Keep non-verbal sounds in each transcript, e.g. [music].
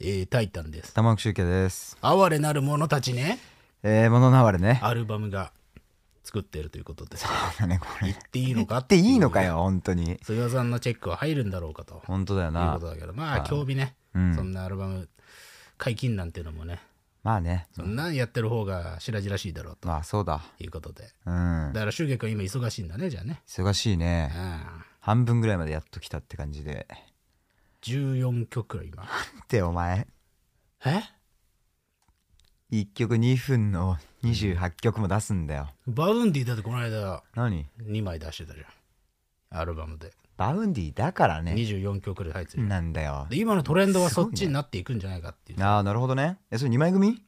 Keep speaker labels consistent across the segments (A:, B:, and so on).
A: えータイタンです
B: 玉木周家です。
A: 哀れなる者たちね
B: えー、もののあわれね。
A: アルバムが作ってるということです
B: ね、これ。
A: 言っていいのかっ
B: [laughs] 買って
A: てう
B: いいのかよ、本当に。
A: 菅原さんのチェックは入るんだろうかと
B: 本当だよ
A: いう
B: な
A: こ。とだけどまあ興味ね、
B: うん
A: そんなアルバム解禁なんていうのもね
B: まあね。
A: そんなんやってる方が白々しいだろうと
B: まあそうだ。
A: いうことで
B: うん
A: だ。から周家君今忙しいんだねじゃあね
B: 忙しいね。
A: ああ
B: 半分ぐらいまでやっと来たって感じで。
A: 14曲くらい今
B: ってお前、
A: え
B: 1曲2分の28曲も出すんだよ。
A: バウンディだってこの間
B: 何
A: 2枚出してたじゃんアルバムで
B: バウンディだからね。
A: 24曲くらい入ってる
B: なんだよ。
A: で今のトレンドは
B: すごい
A: そっ
B: ね
A: ちになっていくんじゃないかっていう、
B: ああ、なるほどね。え、それ2枚組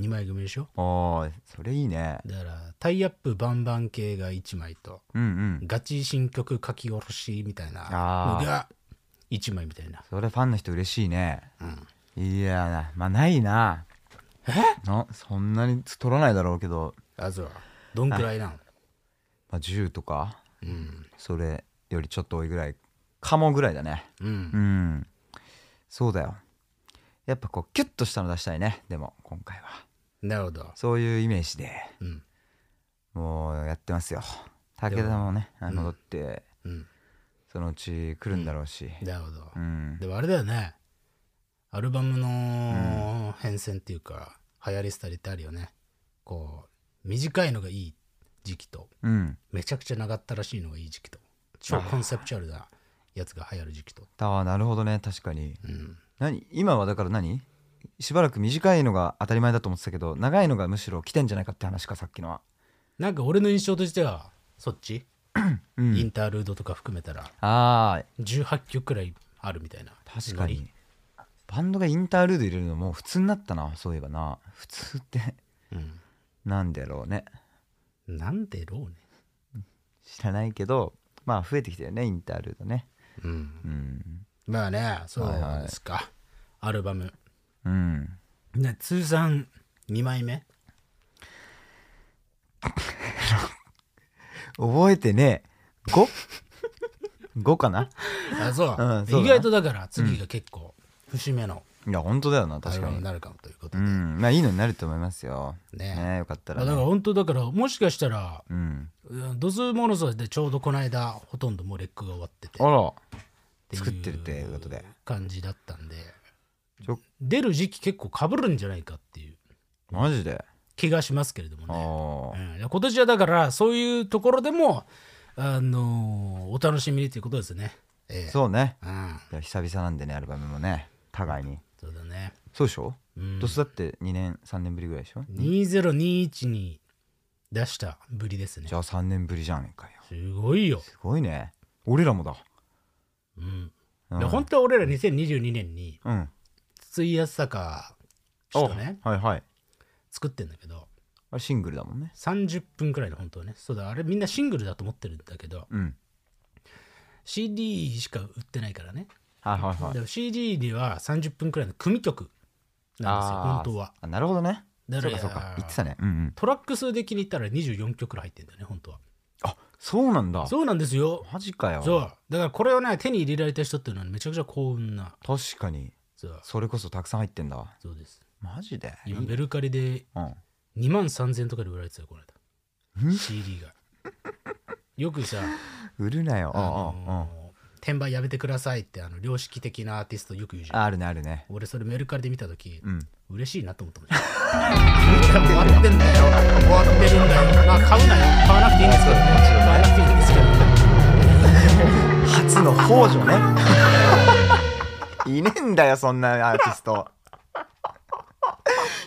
A: 2枚組でしょ
B: おー、それいいね。
A: だからタイアップバンバン系が1枚と
B: うんうん。
A: ガチ新曲書き下ろしみたいな
B: あー
A: のが1枚みたいな、
B: それファンの人嬉しいね。
A: うん、
B: いやな、まあないな。
A: え
B: な、そんなに取らないだろうけど、
A: あずはどんくらいなの、
B: まあ10とか。
A: うん
B: それよりちょっと多いぐらいかもぐらいだね
A: うん
B: うんそうだよやっぱこうキュッとしたの出したいねでも今回は
A: なるほど、
B: そういうイメージで
A: うん
B: もうやってますよ武田もねあの戻って、
A: うん、
B: そのうち来るんだろうし
A: なるほど
B: う、ん、
A: でもあれだよねアルバムの変遷っていうか、流行り廃りってあるよねこう短いのがいい時期と
B: うん、
A: めちゃくちゃ長ったらしいのがいい時期と超コンセプチュアルなやつが流行る時期と、
B: だわなるほどね確かに
A: うん、
B: 何今はだから何しばらく短いのが当たり前だと思ってたけど長いのがむしろ来てんじゃないかって話かさっきのは、
A: なんか俺の印象としてはそっち、
B: うん
A: インタールードとか含めたら
B: あー
A: 18曲くらいあるみたいな
B: 確かにバンドがインタールード入れるのもう普通になったなそういえばな普通って [laughs]
A: うん、
B: なんだろうね
A: なんでろうね、
B: 知らないけどまあ増えてきたよねインタールードね
A: うん、
B: うん
A: まあねそう
B: はいはい
A: ですか、アルバム
B: うん
A: ね通算2枚目
B: [laughs] 覚えてねえ 5?5 かな
A: あそう、
B: うんそうだね
A: 意外とだから次が結構節目の
B: いや本当だよな
A: ア
B: 確
A: ル
B: か
A: バムに
B: に
A: なるかもということ
B: う
A: で、
B: んまあいいのになると思いますよ
A: ね
B: ねよかった
A: まあ
B: ら
A: だ
B: ね
A: から本当だからもしかしたら
B: うん
A: うんドズモノソでちょうどこの間ほとんどもうレックが終わってて
B: あら
A: いう
B: 作ってるっていうことで
A: 感じだったんで
B: ちょ
A: 出る時期結構かぶるんじゃないかっていう
B: マジで
A: 気がしますけれども
B: あ
A: ね、
B: あ
A: うん、今年はだからそういうところでも、あのーお楽しみにということですね、ええ
B: そうね
A: うん、
B: いや久々なんでねアルバムもね互いに
A: そうだね、
B: そうでしょ
A: うん
B: ドスだって2年3年ぶりぐらいでしょ
A: 2021に出したぶりですね
B: じゃあ3年ぶりじゃねえかよ
A: すごいよ、
B: すごいね俺らもだ
A: うん
B: うん
A: で本当は俺ら2022年に
B: うん
A: 筒井康坂氏とね
B: はいはい
A: 作ってんだけど
B: あれシングルだもんね
A: 30分くらいの本当はねそうだあれみんなシングルだと思ってるんだけど
B: うん
A: CD しか売ってないからね、
B: はいはいはい
A: でも CD には30分くらいの組曲なんですよ
B: あー
A: 本当は
B: あなるほどね
A: だ
B: そ
A: か
B: う
A: ら
B: かそうか言ってたねうんうん
A: トラック数で気に入ったら24曲くらい入ってんだよね本当は
B: あそうなんだ
A: そうなんですよ
B: マジかよ
A: そうだからこれをね手に入れられた人っていうのはめちゃくちゃ幸運な
B: 確かに
A: そう
B: それこそたくさん入ってんだわ
A: そうです
B: マジで
A: 今メルカリで
B: うん
A: 2万3000とかで売られてたよこの
B: ん
A: 間 CD がよくさ、
B: 売るなよ
A: あの
B: うんうんうん
A: 転売やめてくださいってあの良識的なアーティストよく言うじゃん
B: あるねあるね
A: 俺それメルカリで見た時、
B: うん
A: 嬉しいなと思ったもんいや終わってんだよ終わってるんだよまあ買うなよ買わなくていいんですけどね買わなくていいんですけど
B: 初の北条ね [laughs] いねえんだよそんなアーティスト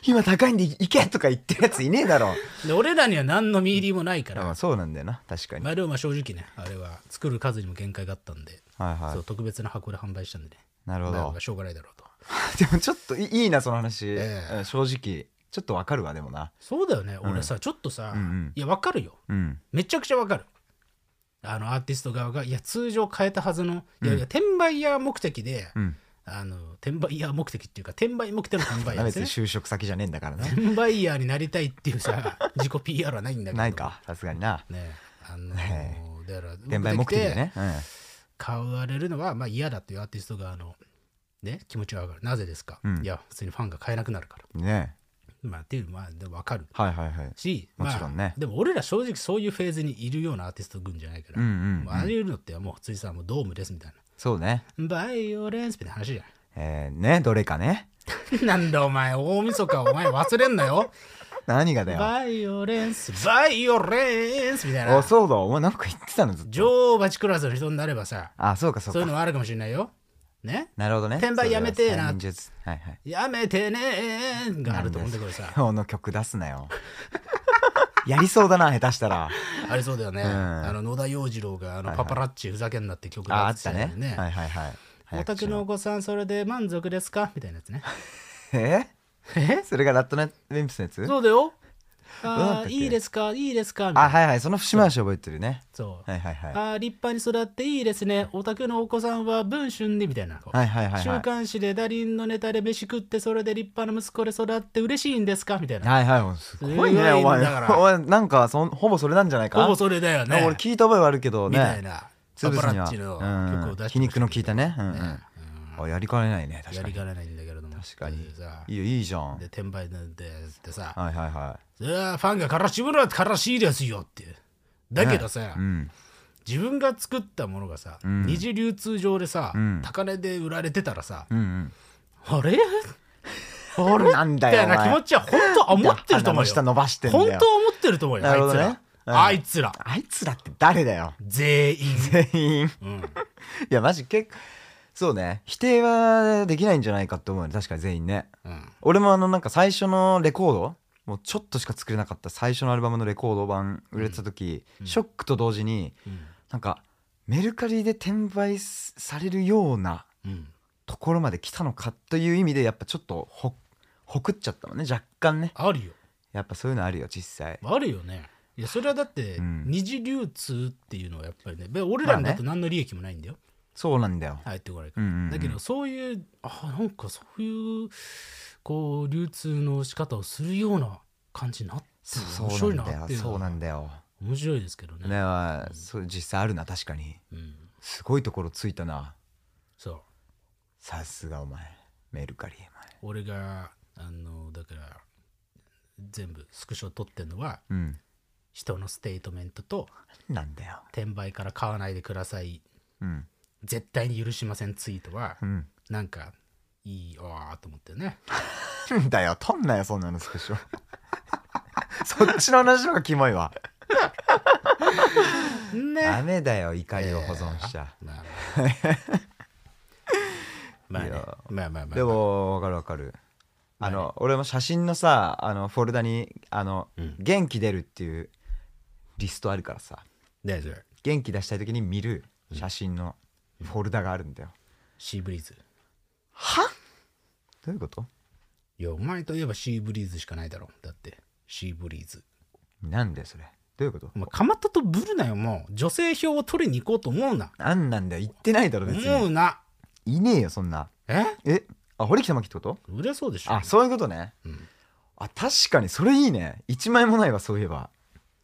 B: 今高いんで行けとか言ってるやついねえだろ
A: で俺らには何の身入りもないか
B: ま
A: ら
B: あそうなんだよな確かに
A: ま
B: はい
A: あでもまあ正直ねあれは作る数にも限界があったんで、
B: は
A: そう特別な箱で販売したんでね
B: いなるほ
A: まあ
B: ど
A: まあしょうがないだろうと
B: でもちょっといいいなその話、
A: ええ
B: うん正直ちょっとわかるわでもな
A: そうだよね、俺さちょっとさ、
B: うんうん
A: いやわかるよ
B: うん
A: めちゃくちゃわかるあのアーティスト側がいや通常変えたはずのいやいや転売ヤー目的で、
B: うん
A: あの転売ヤー目的っていうか転売目的の転売ヤーです
B: 別に
A: ね
B: 就職先じゃねえんだからな
A: 転売ヤーになりたいっていうさ [laughs] 自己 PR はないんだけど
B: ないかさすがにな
A: ねあの
B: ね
A: だから
B: 転売目的でね、うん、
A: 買われるのはまあ嫌だっていうアーティスト側ので気持ちは上がるなぜですか、
B: うん
A: いや普通にファンが買えなくなるから
B: ね
A: まあっていうまあでも分かる
B: はいはいはい
A: し、
B: もちろんね
A: まあ、でも俺ら正直そういうフェーズにいるようなアーティスト群じゃないから、
B: うんうん、
A: もうああいうのってもう普通にさもうドームですみたい
B: そうね
A: なバイオレンスみたいな話じゃん
B: えー、ねどれかね
A: なん [laughs] だお前大晦日お前忘れんなよ
B: 何がだよ
A: バイオレンスバイオレンスみたい
B: あ
A: な
B: そうだお前なんか言ってたのずっと
A: 女王蜂クラスの人になればさ
B: あそうかそう
A: そういう
B: か
A: のはあるかもしれないよね
B: なるほどね
A: 転売やめてえな
B: そうだよ催眠術はいはい
A: やめてねーがあると思うんだけどさ
B: 今日の曲出すなよ [laughs] やりそうだな下手したら
A: ありそうだよね、
B: うん
A: あの野田洋次郎があのパパラッチふざけんなって曲
B: あ
A: が
B: あったねはいはいはい
A: お
B: 早口
A: 宅のお子さんそれで満足ですかみたいなやつね
B: え
A: え
B: それがラットネットウィンプスのやつ
A: そうだよ
B: どうだった
A: あ
B: っ
A: ー
B: け
A: いいですかいいですかみたい
B: あ
A: な
B: はいはいその節回し覚えてるね
A: そう、
B: はいはいはい
A: あー立派に育っていいですねお宅のお子さんは文春でみたいな、
B: はいはいはい
A: 週
B: はい
A: 刊誌でダリンのネタで飯食ってそれで立派な息子で育って嬉しいんですかみたいな
B: はいはいもうすごい
A: すごいんだ
B: ねお前
A: から
B: お前なんかそんほぼそれなんじゃないか
A: ほぼそれだよね
B: 俺聞いた覚えはあるけど
A: みたい
B: ね
A: な
B: つ
A: パ
B: ぶ
A: パ
B: す
A: ラ
B: に
A: ッ
B: は
A: チの曲を
B: う
A: 出
B: ん
A: してほし
B: 皮肉の効いたねうん
A: ね
B: うんあやりかねないね
A: や
B: 確か
A: り
B: に
A: かねないんだけれども
B: 確かに
A: そういうさ
B: いいよいいじゃん
A: で転売なんてやってさ、
B: はいはいはい
A: やーファンがからしむのはからしいですよってだけどさ、
B: いうん
A: 自分が作ったものがさ、
B: ん
A: 二次流通上でさ、
B: ん
A: 高値で売られてたらさ、
B: う
A: [laughs]
B: んうん
A: あれあれ
B: なんだ
A: みた
B: よ
A: いな気持ちは本当は思ってると思う
B: 鼻の下
A: よ
B: 伸ばしてんだよ
A: 本当は思ってると思うよ、
B: な
A: あい
B: るほ
A: つ
B: ど
A: ら、
B: ねうん
A: あいつら
B: あいつらって誰だよ
A: 全員
B: 全員
A: うん
B: いやマジ結構そうね否定はできないんじゃないかって思うよね確かに全員ね
A: うん
B: 俺もあのなんか最初のレコードもうちょっとしか作れなかった最初のアルバムのレコード版売れてた時、ショックと同時に
A: うん
B: なんかメルカリで転売すされるような
A: うん
B: ところまで来たのかという意味でやっぱちょっとほほくっちゃったもんね若干ね
A: あるよ
B: やっぱそういうのあるよ実際
A: あるよねいやそれはだって
B: うん
A: 二次流通っていうのはやっぱりねべ俺らにだと何の利益もないんだよ
B: そうなんだよ
A: 入ってこないから
B: うんうんうん
A: だけどそういうあなんかそういうこう流通の仕方をするような感じになってる
B: そ
A: 面
B: そ
A: 白
B: う
A: いな
B: な
A: ん
B: だよ
A: っていうの
B: そうな
A: は
B: んだよ
A: 面白いですけどね
B: ねはそう実際あるな確かに
A: うん、
B: すごいところついたな
A: そう
B: さすがお前メルカリ
A: 俺があのだから全部スクショ撮ってるのは
B: お前うん
A: 人のステートメントと
B: なんだよ
A: 転売から買わないでください
B: うん
A: 絶対に許しませんツイートは
B: うん
A: なんかいいわーと思ってね
B: だよ取んなよそんなのスクショ [laughs] そっちの話の方がキモいわ
A: ね
B: ダメだよ怒りを保存しちゃ、
A: まあ
B: [laughs]
A: まあまあね
B: いや
A: まあまあまあ
B: でもわかるわかるあの、俺も写真のさあのフォルダにあの、
A: うん
B: 元気出るっていうリストあるからさ
A: 大丈夫
B: 元気出したい時に見る写真のフォルダがあるんだよ、
A: シーブリーズ
B: どういうこと
A: いやお前といえばシーブリーズしかないだろだってシーブリーズ
B: なんだよそれどういうこと
A: お前蒲田とブルナよもう女性票を取りに行こうと思うな
B: なんなんだよ言ってないだろ別
A: 思
B: に
A: うない
B: ねえよそんな
A: え
B: えあ堀北真希ってこと
A: 売れそうでしょ
B: あそういうことね、
A: うん
B: あ確かにそれいいね一枚もないわそういえば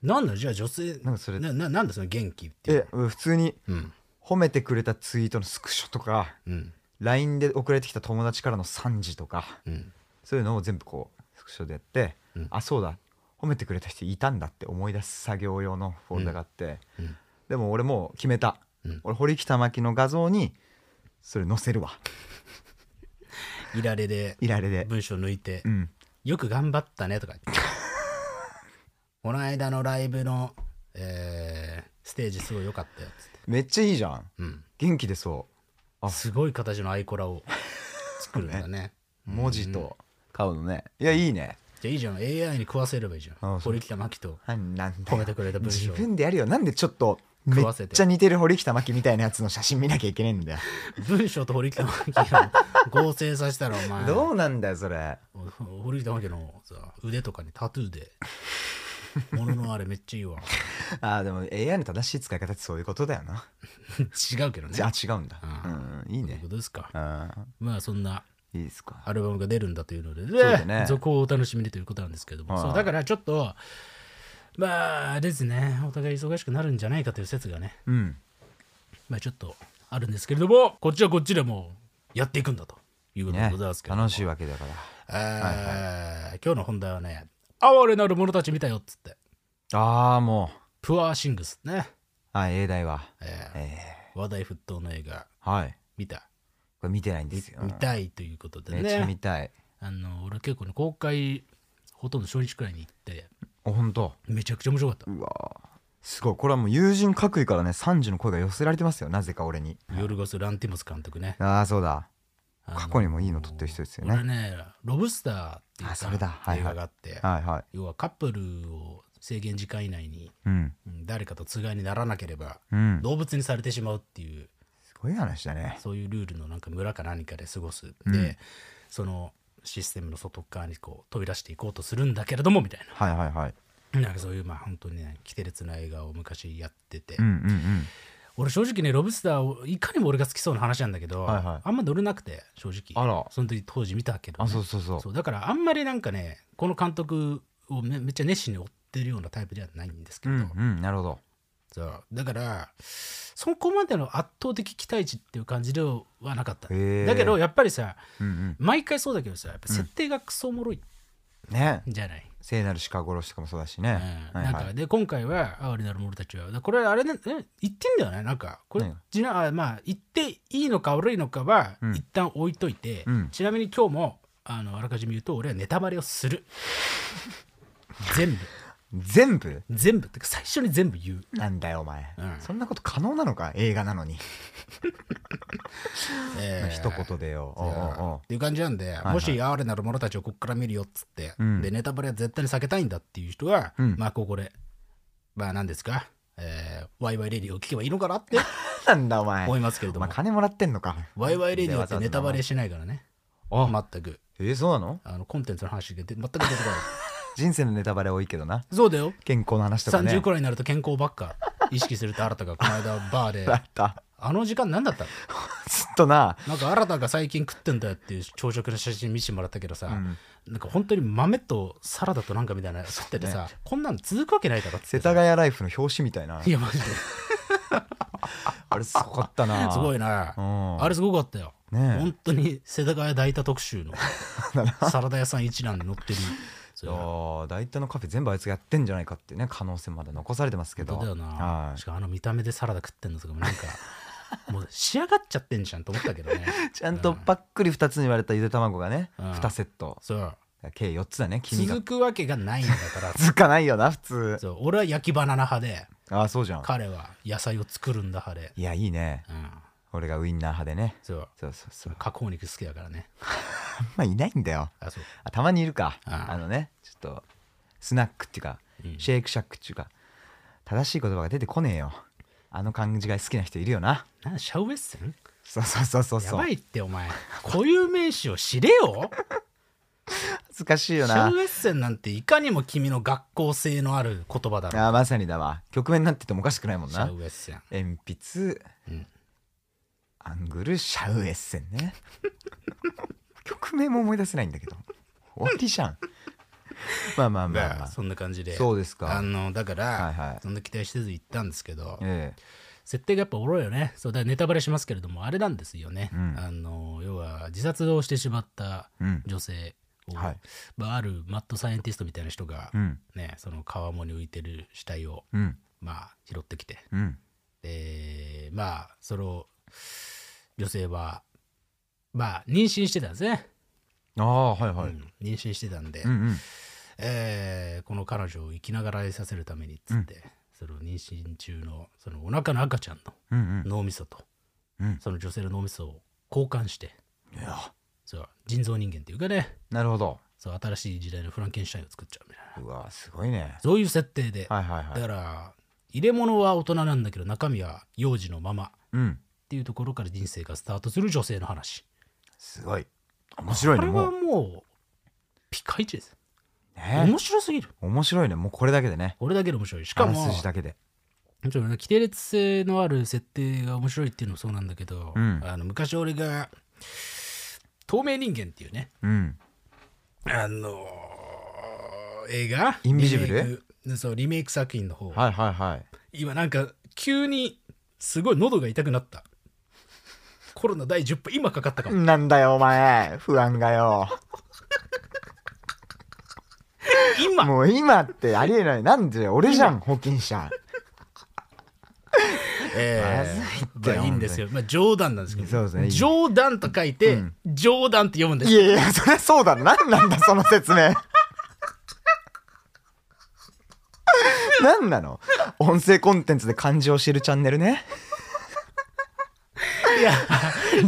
A: なんだじゃあ女性
B: なんかそれ
A: なななんだその元気っていう
B: え普通に
A: のうん
B: 褒めてくれたツイートのスクショとか
A: うん
B: LINE で送られてきた友達からの賛辞とか
A: うん
B: そういうのを全部こうスクショでやって、
A: うん
B: あそうだ褒めてくれた人いたんだって思い出す作業用のフォルダがあって、
A: うんうん
B: でも俺もう決めた、
A: うん
B: 俺堀北真希の画像にそれ載せるわ
A: いられで
B: いられで、
A: 文章抜いて
B: うん、
A: よく頑張ったねとか
B: [laughs]
A: 言ってこの間のライブの、えーステージすごい良かったよっつって、
B: めっちゃいいじゃん
A: うん
B: 元気でそうあ
A: すごい形のアイコラを作
B: [laughs]
A: るんだね
B: 文字と顔のね、いやいいね
A: じゃあいいじゃん AI に食わせればいいじゃ
B: あ
A: ん
B: そう
A: 堀北真希と
B: なんだよ
A: 褒めてくれた文章
B: 自分でやるよなんでちょっとめ
A: 食
B: っ
A: わせて
B: ちゃ似てる堀北真希みたいなやつの写真見なきゃいけないんだよ
A: 文章と堀北真希を合成させたらお前
B: どうなんだよそれ
A: 堀北真希のさ腕とかにタトゥー
B: [laughs]
A: で「もののあれめっちゃいいわ
B: あーでも AI の正しい使い方ってそういうことだよな」
A: 違うけどね
B: じゃあ違うんだ
A: あ
B: うんいい
A: という
B: ね
A: ことですか
B: あ
A: まあそんな
B: ーいいですか
A: アルバムが出るんだというので、
B: だね
A: 続行をお楽しみにということなんですけども、
B: はい
A: そうだからちょっとまあですねお互い忙しくなるんじゃないかという説がね
B: うん
A: まあちょっとあるんですけれどもこっちはこっちでもうやっていくんだということで
B: ね
A: ございますけども、
B: 楽しいわけだから
A: えー今日の本題はね「哀れなる者たち見たよ」っつって
B: ああも
A: 「プアーシングス」ね、
B: うはい英大は
A: えー
B: え
A: 話題沸騰の映画
B: ーはい
A: 見た
B: これ見てないんですよ
A: 見たいということで
B: めっちゃ見
A: ね
B: たい
A: あの俺結構ね公開ほとんど初日くらいに行って
B: おほんと
A: めちゃくちゃ面白かった
B: うわーすごいこれはもう友人各位からね3時の声が寄せられてますよなぜか俺に
A: ヨルゴス・ランティモス監督ね
B: ああそうだ
A: あの
B: 過去にもいいの撮ってる人ですよね
A: 俺ね「ロブスター」っていう
B: あそれだ
A: さ
B: はいはい
A: 映画があって
B: はいはい
A: 要はカップルを制限時間以内に
B: うん
A: うん誰かとつがいにならなければ
B: うん
A: 動物にされてしまうっていう
B: すごい話だね
A: そういうルールのなんか村か何かで過ごす、
B: うん
A: でそのシステムの外側にこう飛び出していこうとするんだけれどもみたい
B: はいはいはい
A: ななんかそういうまあ本当にね奇天烈な映画を昔やってて、
B: うんうん
A: 俺正直ねロブスターをいかにも俺が好きそうな話なんだけど、
B: はいはい
A: あんま乗れなくて正直
B: あら
A: その時当時見たけど、
B: あ
A: ね、
B: そうそうそう
A: そうだからあんまりなんかねこの監督をめめっちゃ熱心に追ってるようなタイプではないんですけ
B: う
A: ど、
B: んうんなるほど
A: そうだからそこまでの圧倒的期待値っていう感じではなかった
B: へー
A: だけどやっぱりさ
B: うん
A: 毎回そうだけどさやっぱ設定がクソおもろい
B: うんね
A: んじゃない、
B: 聖なる鹿殺しとかもそうだし
A: うん
B: ねはい
A: なん
B: は
A: か
B: い
A: で今回は「哀れなる者たちは」だからこれあれねえ言ってんだよねなんかこれ、
B: 何が
A: じなあまあ言っていいのか悪いのかは
B: うん
A: 一旦置いといて、
B: うん
A: ちなみに今日もあのあらかじめ言うと俺はネタバレをす
B: [laughs]
A: る全部
B: 全部
A: 全部てか最初に全部言う
B: なんだよお前
A: うん
B: そんなこと可能なのか映画な [laughs] のに
A: えー
B: 一言でよおうおうおう
A: っていう感じなんで、もし哀れなる者たちをここから見るよっつって、
B: うん
A: でネタバレは絶対に避けたいんだっていう人は、
B: うん
A: まあここでまあ何ですか、えー、ワイワイレディを聞けばいいのかなって
B: なんだお前
A: 思いますけれど
B: お
A: も、
B: 前金もらってんのか
A: ワイワイレディオってネタバレしないからね
B: あ
A: 全く
B: えーそうなの
A: あのコンテンツの話がで全く出てこない
B: 人生のネタバレ多いけどな
A: そうだ
B: [laughs]
A: よ
B: 健康の話とかね
A: 30くらいになると健康ばっか意識すると新たがこの間バーで
B: [laughs] だった
A: あの時間何だったの
B: ずっとな
A: なんか新たが最近食ってんだよっていう朝食の写真見せてもらったけどさ、
B: うん
A: なんか本当に豆とサラダとなんかみたいなの食っててさ、こんなの続くわけないだろっつって
B: 世
A: さ
B: 田谷ライフの表紙みたいない
A: やマジです
B: あ [laughs] れすごかったな
A: ご
B: い
A: いな
B: うん
A: あれすごかったよ、
B: ねえ
A: 本当に世田谷大田特集
B: [laughs]
A: のサラダ屋さん一覧に載ってるそ
B: いうやー大体のカフェ全部あいつがやってんじゃないかってね可能性まだ残されてますけど
A: 本当だよな
B: はい
A: しかもあの見た目でサラダ食ってんのとかも
B: [laughs]
A: なんかもう仕上がっちゃってんじゃんと思ったけどね
B: ちゃんとパックリ2つに割れたゆで卵がね
A: うん
B: 2セット
A: そう
B: 計4つだね君が
A: 続くわけがないんだから
B: [laughs] 続かないよな普通
A: そう俺は焼きバナナ派で
B: ああそうじゃん
A: 彼は野菜を作るんだ派で、
B: いやいいね
A: うん、
B: 俺がウインナー派でね
A: そう
B: そうそうそう
A: 加工肉好きだからね
B: あんまいないんだよ
A: あそう
B: あたまにいるか
A: あ
B: あ
A: あ
B: のねちょっとスナックっていうか
A: うん
B: シェイクシャックっていうか正しい言葉が出てこねえよあの感じが好きな人いるよな
A: なんだシャウエッセン
B: そうそうそうそう
A: や
B: そう
A: ばい
B: 恥
A: ってお前 [laughs] 固有名詞を知れよ
B: ずかしい
A: シ
B: よな
A: ャウエッセンなんていかにも君の学校性のある言葉だろ
B: あーまさにだわ局面になっててもおかしくないもん
A: シャ
B: な
A: ウエッセン
B: 鉛筆、
A: うん
B: アングルシャウエッセンね [laughs] 曲名も思い出せないんだけど終わりじゃんまあまあまあ、ま
A: まあ
B: あ、
A: そんな感じで
B: そうです
A: あ
B: か
A: のだから、
B: はいはい
A: そんな期待せず行ったんですけど
B: え
A: 設定がやっぱおもろいよねそうだからネタバレしますけれどもあれなんですよね、
B: うん
A: あの要は自殺をしてしまった
B: えうん
A: 女性を、
B: はい
A: まあ、あるマッドサイエンティストみたいな人が、
B: うん
A: ね、その川面に浮いてる死体を、
B: うん
A: まあ、拾ってきて
B: うん
A: でまあその女性はまあ妊娠してたんですね、
B: ああはいはい、う、
A: うんん妊娠してたんで、
B: うん
A: えーこの彼女を生きながらえさせるためにっつって、その妊娠中のそのお腹の赤ちゃん
B: うん
A: の脳みそと、
B: うん
A: その女性の脳みそを交換して
B: うんいや
A: そう人造人間っていうかね
B: なるほど
A: そう新しい時代のフランケンシュタインを作っちゃうみたいな
B: うわすごいね
A: そういう設定で、
B: はいはいは
A: だ
B: い
A: から入れ物は大人なんだけど中身は幼児のままっ
B: うん
A: ていうところから人生がスタートする女性の話。
B: すごい面白い
A: こ
B: ね
A: れは
B: もう
A: もうピカイチです、
B: ね
A: 面白すぎる
B: 面白いねもうこれだけでね
A: これだけで面白いし
B: あ
A: からも
B: すじだけで
A: もちろん規定列性のある設定が面白いっていうのもそうなんだけど、
B: うん
A: あの昔俺が「透明人間」っていうね
B: うん
A: あのー映画
B: インビジブル
A: リメイクそうリメイク作品の方、
B: はいはいはい
A: 今なんか急にすごい喉が痛くなったコロナ第10波今かかったかも
B: なんだよお前不安がよ
A: 今
B: もう今ってありえないなんで俺じゃん保険者まず
A: え
B: い
A: え
B: って
A: まあいいんですよ、まあ、冗談なんですけど
B: そうですね
A: 冗談と書いて、
B: うん
A: 冗談って読むんです
B: いやいやそりゃそうだろなんなんだその説明なんなの音声コンテンツで漢字を知るチャンネルね
A: いや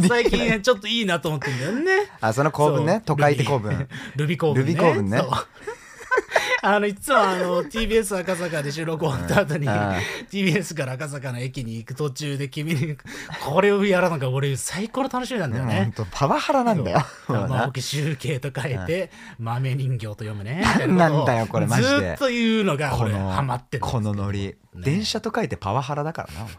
A: 最近ねちょっといいなと思ってんだよね
B: あその構文
A: そう
B: ね都会って構文
A: [laughs] ルビ公文ね
B: ルビ公文ね
A: そう [laughs] あのいつもあの TBS 赤坂で収録終わった後に
B: うんうん
A: TBS から赤坂の駅に行く途中で君にこれをやらなんか俺最高の楽しみなんだよ
B: 本
A: ね。
B: 当パワハラなんだよ
A: そう
B: もう
A: まあ
B: な
A: 僕集計と書いて豆人形と読むねみたい
B: な
A: なことを
B: んだよこれマジで
A: ずっと言うのが
B: こ
A: 俺ハマ
B: の
A: ってる
B: このノリ電車と書いてパワハラだからなお前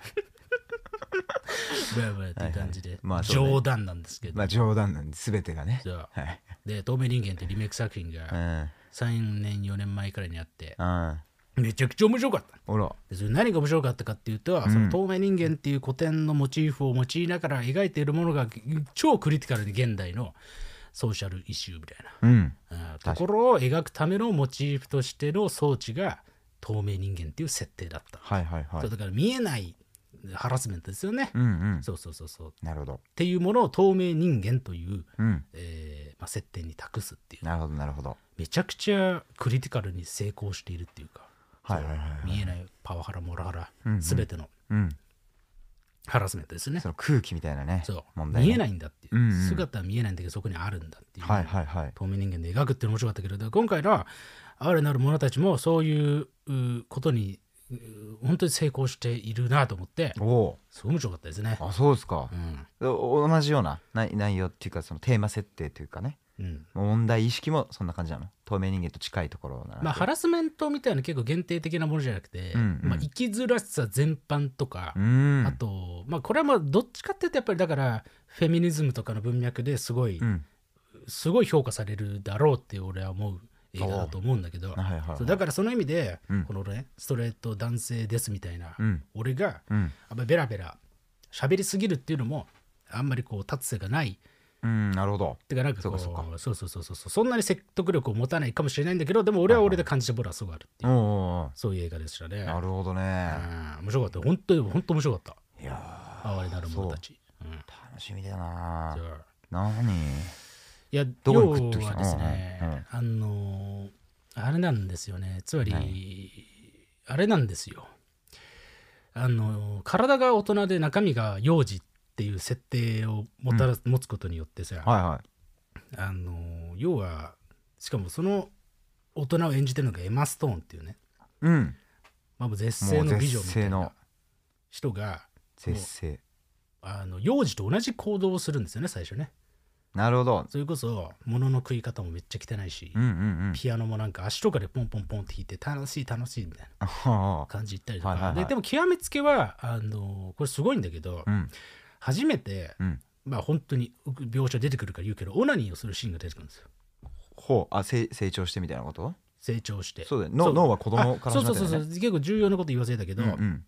A: ブヤブヤっていう感じで
B: まあそうね
A: 冗談なんですけど
B: まあ冗談なんで全てがね
A: じゃあ
B: はい
A: で透明人間ってリメイク作品
B: う
A: が
B: ん
A: 3年4年前くらいにあって
B: うん
A: めちゃくちゃ面白かった
B: おら
A: でそれ何が面白かったかっていうと、その透明人間っていう古典のモチーフを用いながら描いているものが超クリティカルに現代のソーシャルイシューみたい
B: うん
A: な、うんと
B: かに
A: ころを描くためのモチーフとしての装置が透明人間っていう設定だった、
B: はいはいは
A: そう
B: い
A: だから見えないハラスメントですよね、
B: うんうん
A: そうそうそうそうっ
B: なるほど
A: ていうものを透明人間という、
B: うん
A: えーまあ、設定に託すっていう
B: なるほどなるほど
A: めちゃくちゃクリティカルに成功しているっていうか、
B: はいはいはいはい
A: 見えないパワハラモラハラ、
B: うんうん
A: 全ての
B: うん
A: ハラスメントですね
B: その空気みたいなね
A: そう
B: 問題ね
A: 見えないんだっていう、
B: うんうん
A: 姿は見えないんだけどそこにあるんだっていう、
B: はいはいはい
A: 透明人間で描くっていうの面白かったけれど今回の哀れなる者たちもそういううことにう本当に成功しているなと思って
B: おお
A: すごい面白かったですね
B: ー。あそうですか
A: うん
B: お同じような内内容っていうかそのテーマ設定というかね
A: うん
B: 問題意識もそんな感じなの透明人間と近いところなの
A: まあ、ハラスメントみたいな結構限定的なものじゃなくて、
B: うんうん
A: まあ、生きづらさ全般とか
B: う、ん
A: あと、まあ、これはまあどっちかっていうとやっぱりだからフェミニズムとかの文脈ですごい、
B: うん
A: すごい評価されるだろうって俺は思う映画だと思うんだけど、
B: はいはいはい
A: そうだからその意味で、
B: うん
A: このねストレート男性ですみたいな、
B: うん
A: 俺が
B: うん
A: あんまりベラベラ喋りすぎるっていうのもあんまりこう立つ瀬がない
B: うんなるほど
A: てかなんかこう
B: そうかそう
A: そうそうそうそうそんなに説得力を持たないかもしれないんだけどでも俺は俺で感じたボラはすごいあるっていう、
B: おーお
A: そういう映画でしたね
B: ーなるほどね
A: うん面白かった本当に本当面白かった
B: いや
A: 哀れなる者たち。うん
B: ー楽しみだな
A: じゃあ
B: 何
A: いや、
B: どこ
A: 要
B: に食ってきた
A: はですね、あのーあれなんですよね。つまり、あれなんですよ。あのー体が大人で中身が幼児っていう設定をもたら、持つことによってさ、
B: はいは
A: あのー要は、しかもその大人を演じてるのがエマ・ストーンっていうね、
B: いうん
A: まあ、もう絶
B: も
A: 世
B: う
A: の美
B: 絶
A: 女みた
B: 世
A: いな
B: の
A: 人が、
B: 絶世
A: あの幼児と同じ行動をするんですよね、最初ね。
B: なるほど
A: それこそ、物の食い方もめっちゃ汚いし、
B: うんうん
A: ピアノもなんか足とかでポンポンポンって弾いて楽しい楽しいみたいな
B: うん
A: 感じ言ったりとか、
B: はいはいはい
A: ででも極めつけはあのこれすごいんだけど、
B: うん
A: 初めて、
B: うん
A: まあ本当に描写出てくるから言うけどオナニーをするシーンが出てくるんですよ
B: ほうあせい成長してみたいなこと
A: 成長して
B: そうだよ脳脳は子供
A: あ
B: から
A: そう
B: 始
A: そ
B: ま
A: う
B: って
A: そう
B: る
A: そ
B: よ
A: う
B: ね
A: 結構重要なこと言わせたけど、
B: うん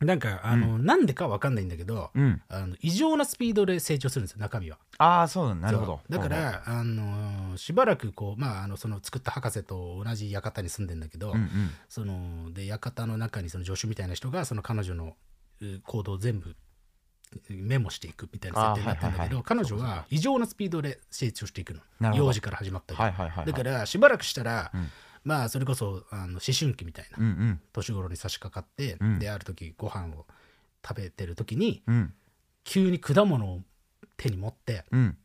A: なんかあの、なんでかわかんないんだけど、
B: うんうん
A: あの異常なスピードで成長するんですよ中身は
B: ああそうなんだなるほど
A: そうだか
B: ほう
A: ら、あのしばらくこう、まあ、あのその作った博士と同じ館に住んでんだけど、
B: ほううんうん
A: そので館の中にその助手みたいな人がその彼女のう行動を全部うメモしていくみたいな設定になってるんだけど、
B: あー
A: 彼女は異常なスピードで成長していくの
B: なるほど
A: 幼児から始まったり、
B: はいはいはいはい
A: だからしばらくしたら、
B: うん
A: まあそれこそあの思春期みたいな、
B: うんうん
A: 年頃に差し掛かって、
B: うん
A: である時ご飯を食べてる時に
B: うん
A: 急に果物を手に持って
B: うん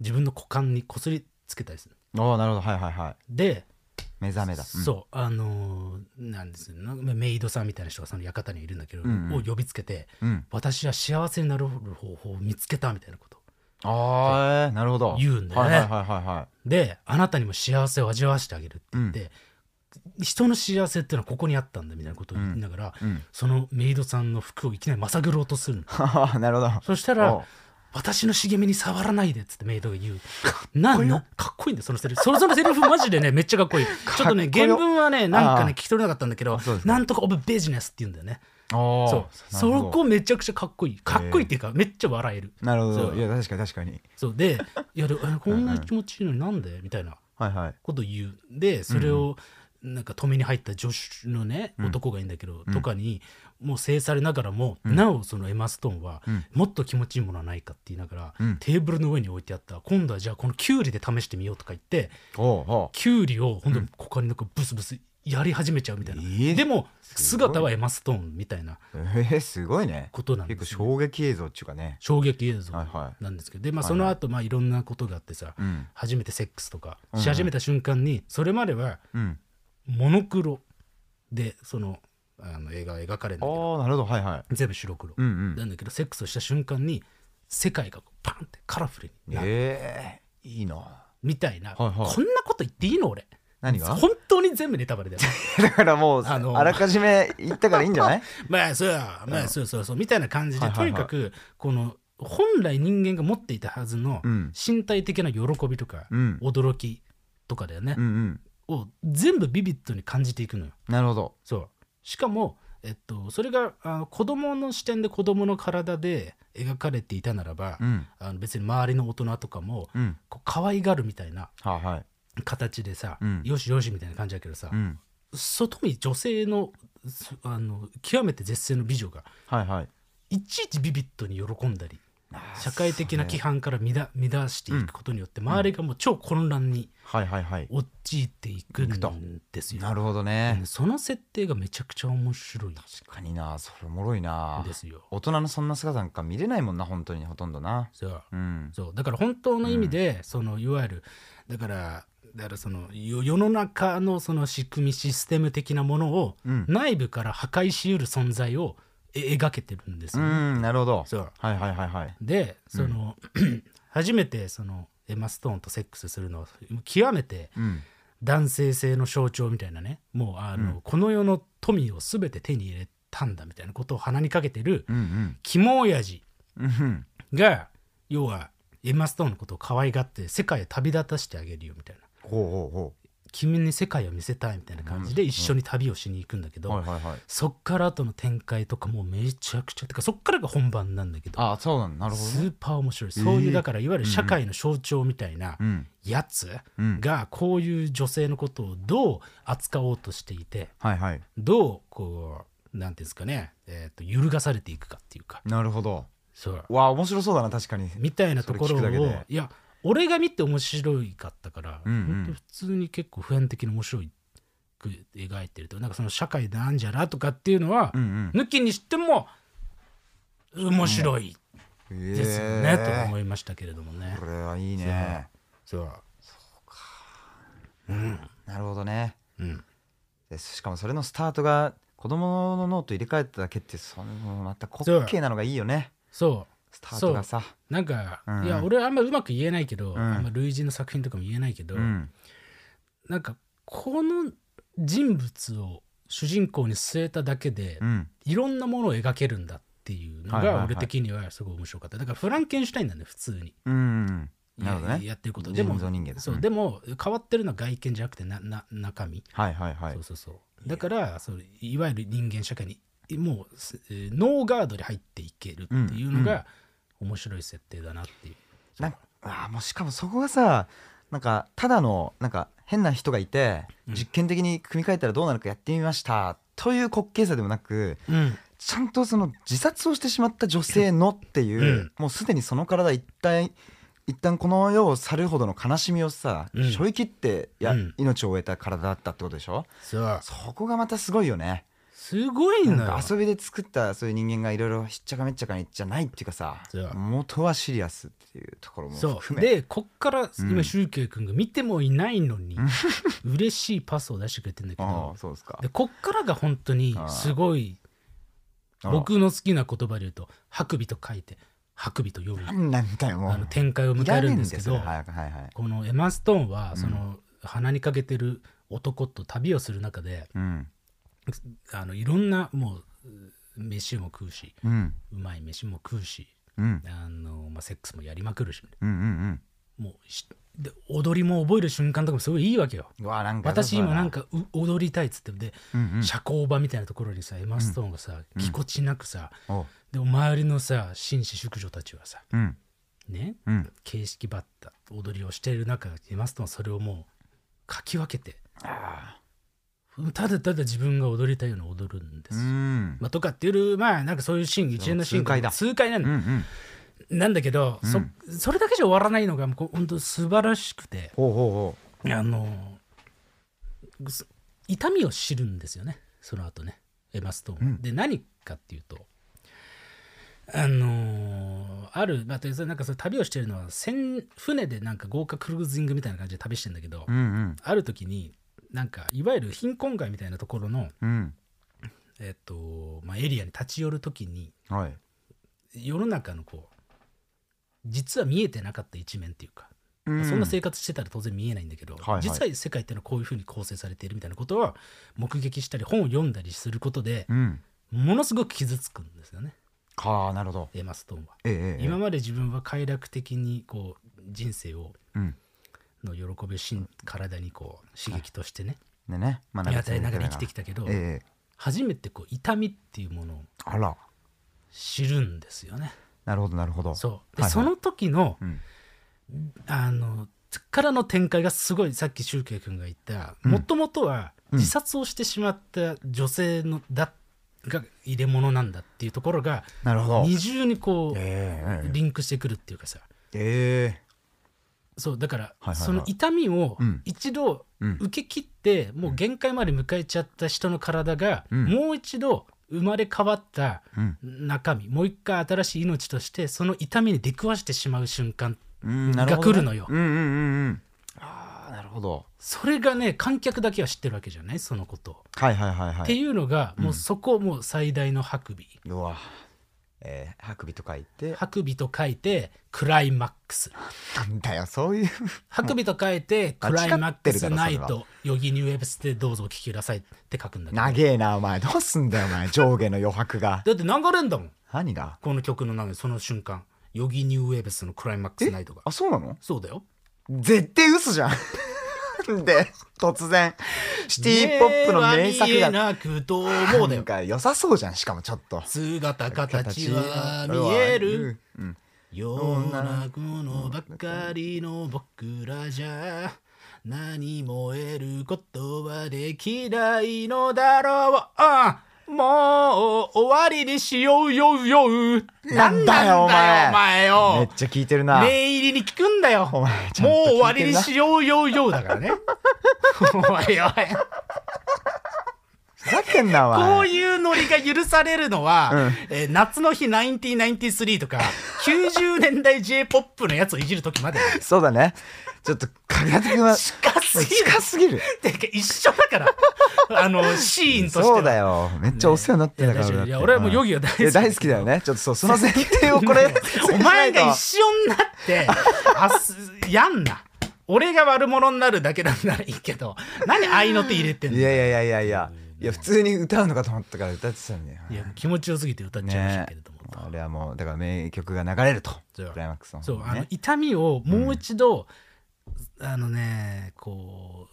A: 自分の股間にこすりつけたりする
B: おおなるほどはいはいはい
A: で
B: 目覚めだうん
A: そうあのーなんですよなんかメイドさんみたいな人がその館にいるんだけど、
B: うんうん
A: を呼びつけて
B: うん
A: 私は幸せになる方法を見つけたみたいなこと
B: ああなるほど
A: 言うんだよ
B: はい
A: ね
B: はいはいはいは
A: であなたにも幸せを味わわせてあげるって言って、人の幸せっていうのはここにあったんだみたいなことを言いながら、
B: いうん
A: そのメイドさんの服をいきなりまさぐろうとするの
B: は [laughs] はなるほど
A: そした
B: おう
A: ら私の茂みに触らないでっつってメイドが言うなんのかっこいいんだよそのセリフそれそのセリフマジでねめっちゃかっこいいちょっとね
B: [laughs] かっこ
A: 原
B: よ
A: 文はねなんか
B: ああ
A: ね聞き取れなかったんだけど
B: そうですね
A: なんとかオブビジネスって言うんだよね
B: ああ
A: そうそこめちゃくちゃかっこいいかっこいいっていうか、めっちゃ笑える
B: なるほ
A: そ
B: ど
A: う
B: いや確かに確かに
A: そうでいやでえこんな気持ちいいのになんでみたいな
B: はいはい
A: こと言うでそれをなんか止めに入った女子のね、
B: うん
A: 男がいいんだけど、
B: うん
A: とかにもう制されながらも、
B: うん
A: なおそのエマ・ストーンは、
B: うん
A: もっと気持ちいいものはないかって言いながら、
B: うん
A: テーブルの上に置いてあった今度はじゃあこのキュウリで試してみようとか言って
B: おうおう
A: キュウリを本当に股間になんかブスブスやり始めちゃうみたいな、
B: ええ
A: でも
B: すごい
A: 姿はエマ・ストーンみたいな
B: えー、すごいね
A: ことなん
B: 結
A: で
B: 構
A: すよ
B: 衝撃映像っていうかね
A: 衝撃映像
B: はいは
A: なんですけどでまあ
B: はい
A: その後まあいろんなことがあってさ
B: いうん
A: 初めてセックスとか
B: うん
A: し始めた瞬間にそれまでは
B: うん
A: モノクロでそのあの映画は描かれるんだけど
B: ああなるほどはいはい
A: 全部白黒
B: うんう
A: なんんだけどセックスをした瞬間に世界がこうパンってカラフルになる
B: ええいいな
A: みたいな、
B: はいはい
A: こんなこと言っていいの俺
B: 何が
A: 本当に全部ネタバレだよ
B: [laughs] だからもう
A: あ
B: [laughs] あ
A: の
B: らかじめ言ったからいいんじゃない
A: まあそうやまあそうそうそうみたいな感じで、
B: はいはいはい
A: とにかくこの本来人間が持っていたはずの
B: [laughs] うん
A: 身体的な喜びとか、
B: うん
A: 驚きとかだよね
B: うんう、ん
A: を全部ビビッドに感じていくのよ
B: なるほど
A: そうしかも、えっと、それがあの子供の視点で子供の体で描かれていたならば、
B: うん
A: あの別に周りの大人とかも
B: うん
A: こう可愛がるみたいな
B: はいはい
A: 形でさ、
B: うん
A: よしよしみたいな感じだけどさ、
B: うん
A: 外見女性のそあの極めて絶世の美女が
B: はいはい
A: いちいちビビッドに喜んだり社会的な規範から乱乱していくことによって、周りがもう超混乱に
B: はいはいはい
A: 陥っていくん
B: くと
A: ですよ。
B: なるほどね
A: うんその設定がめちゃくちゃ面白い
B: 確かになそれおもろいなん
A: ですよ。
B: 大人のそんな姿なんか見れないもんな本当にほとんどな
A: そう
B: うん
A: そうだから本当の意味で、そのいわゆるだからだからそのよ世の中のその仕組みシステム的なものを
B: うん
A: 内部から破壊しうる存在をえ描けてるんです
B: う
A: よね、
B: んなるほど
A: そう
B: はいはいはいはい
A: でその、 [clears throat] 初めてそのエマ・ストーンとセックスするのは極めて
B: うん
A: 男性性の象徴みたいなねもうあの、
B: うん
A: この世の富を全て手に入れたんだみたいなことを鼻にかけてる
B: うん
A: 肝親父
B: うんうん
A: が要はエマ・ストーンのことを可愛がって世界へ旅立たせてあげるよみたいな
B: ほうほ
A: 君に世界を見せたいみたいな感じで
B: うん
A: 一緒に旅をしに行くんだけ
B: う
A: ど、
B: ほうはいはいはい
A: そっから後の展開とかもうめちゃくちゃてかそっからが本番なんだけど
B: あそうなんなるほど
A: ス
B: ね
A: ーパー面白いそうい
B: え
A: う
B: ー
A: だからいわゆる社会の象徴みたいな
B: うん
A: やつ
B: うん
A: がこういう女性のことをどう扱おうとしていて
B: はいはい
A: どうこうなんていうんですかね、えー、と揺るがされていくかっていうか
B: なるほど
A: そう
B: わあ面白そうだな確かに
A: みたいなところを
B: それ聞くだけで
A: いや俺が見て面白いかったから、
B: うんうん
A: 本当普通に結構普遍的に面白く描いてるとなんかその社会なんじゃらとかっていうのは
B: う、ん
A: 抜きにしても面白い
B: うん
A: ですよね、と思
B: い
A: いましたけれどもね
B: こ。れはいいね
A: そう
B: なるほどね
A: うん
B: でしかもそれのスタートが子供の脳と入れ替えただけってそのまた滑稽なのがいいよね
A: そ
B: スタートがさ
A: うなんか、
B: うん
A: いや俺はあんまうまく言えないけど、
B: うん
A: あんま類似の作品とかも言えないけど、
B: うん
A: なんかこの人物を主人公に据えただけで
B: うん
A: いろんなものを描けるんだっていうの
B: はいはいは
A: が
B: い
A: 俺的にはすごい面白かっただからフランケンシュタインなんだよ普通に
B: うんなるほどね
A: ややってることで
B: 人
A: も
B: 造人間だ
A: そう
B: うん
A: でも変わってるのは外見じゃなくてなな中身、
B: はいはいはい
A: そうそうそうだからそういわゆる人間社会にもうすえーノーガードに入っていけるっていうのが面白い設定だなっていう、
B: なんかあーもうしかもそこがさなんかただのなんか変な人がいて、
A: うん
B: 実験的に組み替えたらどうなるかやってみましたという滑稽さでもなく
A: うん
B: ちゃんとその自殺をしてしまった女性のっていう、
A: うん
B: もうすでにその体一体一旦この世を去るほどの悲しみをさ、
A: うん
B: 背負い切ってや、
A: うん
B: 命を終えた体だったってことでしょ
A: そう
B: そこがまたすごいよね
A: すごい
B: なん
A: だよ
B: んか遊びで作ったそういう人間がいろいろひっちゃかめっちゃかにじゃないっていうかさ
A: そう
B: 元はシリアスっていうところも含
A: そ
B: め
A: うでこっから
B: う
A: 今
B: ん
A: シュウケイ君が見てもいないのに
B: [laughs]
A: 嬉しいパスを出してくれてんだけ
B: あ
A: ど
B: あそうですか
A: でこっからが本当にすごい
B: ああ
A: 僕の好きな言葉で言うと「白尾」と書いて「白尾」と読む
B: なんなんだよも
A: あの
B: う
A: 展開を迎えるんですけど
B: いらねえんですよはいはいはい
A: このエマ・ストーンは
B: ん
A: その鼻にかけてる男と旅をする中で
B: うん
A: あのいろんなもうう飯も食うし
B: うん
A: うまい飯も食うし
B: うん
A: あの、まあ、セックスもやりまくるし
B: うんうん
A: もうしで踊りも覚える瞬間とかもすごいいいわけよ
B: うわなんか
A: 私今なん
B: か、
A: かう踊りたいっつってで、
B: うんうん、
A: 社交場みたいなところにさエマ・ストーンがさ、
B: うん
A: ぎこちなくさ
B: おう
A: で周りのさ紳士淑女たちはさ
B: うん
A: ね
B: うん
A: 形式ばった踊りをしている中エマ・ストーンはそれをもうかき分けて
B: あ
A: ただただ自分が踊りたいように踊るんで
B: ー
A: す
B: う
A: よ、
B: ん
A: まあ、とかっていうまあなんかそういうシーン一連のシーン
B: 痛快だ
A: 痛快なん
B: うんうん
A: なんだけど、
B: うん
A: そそれだけじゃ終わらないのがもうこう本当素晴らしくて
B: ほうほうほ
A: あのす痛みを知るんですよねその後ねエマ・ストーンは、
B: うん
A: で何かっていうとあのある、まあ、とりあえずなんかその旅をしてるのは船船でなんか豪華クルーズイングみたいな感じで旅してんだけど、
B: ううん
A: ある時になんかいわゆる貧困街みたいなところの、
B: うん
A: えっとまあ、エリアに立ち寄る時に
B: うんはい
A: 世の中のこう実は見えてなかった一面っていうか、
B: う
A: そんな生活してたら当然見えないんだけど、
B: はいはい
A: 実際世界っていうのはこういうふうに構成されているみたいなことは目撃したり本を読んだりすることで
B: うん
A: ものすごく傷つくんですよね
B: はあなるほど
A: エマ・ストーンは。
B: ええええ
A: 今まで自分は快楽的にこう人生を
B: うん
A: の喜びをしん体にこう刺激としてね
B: でねまあ
A: 与えながら生きてきたけど、
B: ええええ
A: 初めてこう痛みっていうものを
B: あら
A: 知るんですよね。
B: なるほどなるほど
A: そうで、
B: はいはい
A: その時の
B: うん
A: あのからの展開がすごいさっきシュウケイ君が言った
B: うん
A: もともとは
B: うん
A: 自殺をしてしまった女性のだが入れ物なんだっていうところが
B: なるほど
A: 二重にこう
B: えええ
A: リンクしてくるっていうかさ
B: えええ
A: そうだから
B: はいはい
A: その痛みを
B: うん
A: 一度
B: うん
A: 受け切ってもう限界まで迎えちゃった人の体が
B: うん
A: もう一度生まれ変わった
B: うん
A: 中身もう一回新しい命としてその痛みに出くわしてしまう瞬間
B: うんなるほどね
A: が来るのよ
B: うんうんうんうんああなるほど
A: それがね観客だけは知ってるわけじゃないそのことを。
B: はいはいはいは
A: って
B: い
A: いうのが、
B: うん
A: もうそこもう最大の白尾
B: うわええハクビと書いて
A: 白尾と書いてクライマックス
B: なんだよそういう
A: 白尾と書いてクライマックスナイ
B: 間違ってるだろそれ
A: トヨギニューウェブスでどうぞお聞きくださいって書くんだけど
B: 長えなお前どうすんだよお前上下の余白が
A: だって流れんだもん
B: 何が
A: この曲の中でその瞬間ヨギニューウェブスのクライマックスナイトが
B: あそうなの
A: そうだよ
B: 絶対嘘じゃん [laughs] で突然シティ・ポップの名作
A: 目は
B: が
A: 見えなくともうだ
B: な
A: よ
B: んか良さそうじゃんしかもちょっと
A: 姿形は見える、
B: うん、
A: 世の中のばかりの僕らじゃ何も得ることはできないのだろう、うんもう終わりにしようよよ
B: なんだよ
A: なんだよお
B: お前め
A: 前
B: っ
A: よ
B: ちゃ聞いてるな
A: 念入りに聞くんだよも
B: お
A: う
B: 前ちゃんと
A: 終
B: 聞
A: わ
B: いて
A: り
B: る
A: に
B: な
A: しようよよだからねおいおい
B: ふざけんなお
A: こう
B: 前
A: いうノリが許されるのは、えー夏の日1993とか90年代 J-POP のやつをいじる時まで
B: そうだねちょっと神谷君は
A: 近すぎる
B: 近すぎる
A: ってか一緒だから
B: [laughs]
A: あのシーンとしては
B: そうだよめっちゃお世話になってんだから
A: いや大丈夫
B: だって
A: いや俺はもうヨギが大好き
B: いや大好きだよねちょっとそうその前提をこ
A: [laughs]
B: れ
A: お前が一緒になってあすやんな俺が悪者になるだけなんならいいけど何合いの手入れてんの
B: いやいやいやいやいやいや普通に歌うのかと思ったから歌ってたんだよ
A: いや気持ちよすぎて歌っちゃいましたけれども、
B: あれはもうだから名曲が流れるとク
A: そう
B: ライマックスの
A: そう
B: 方
A: あ
B: に
A: の
B: ね
A: 痛みをもう一度、あのねこ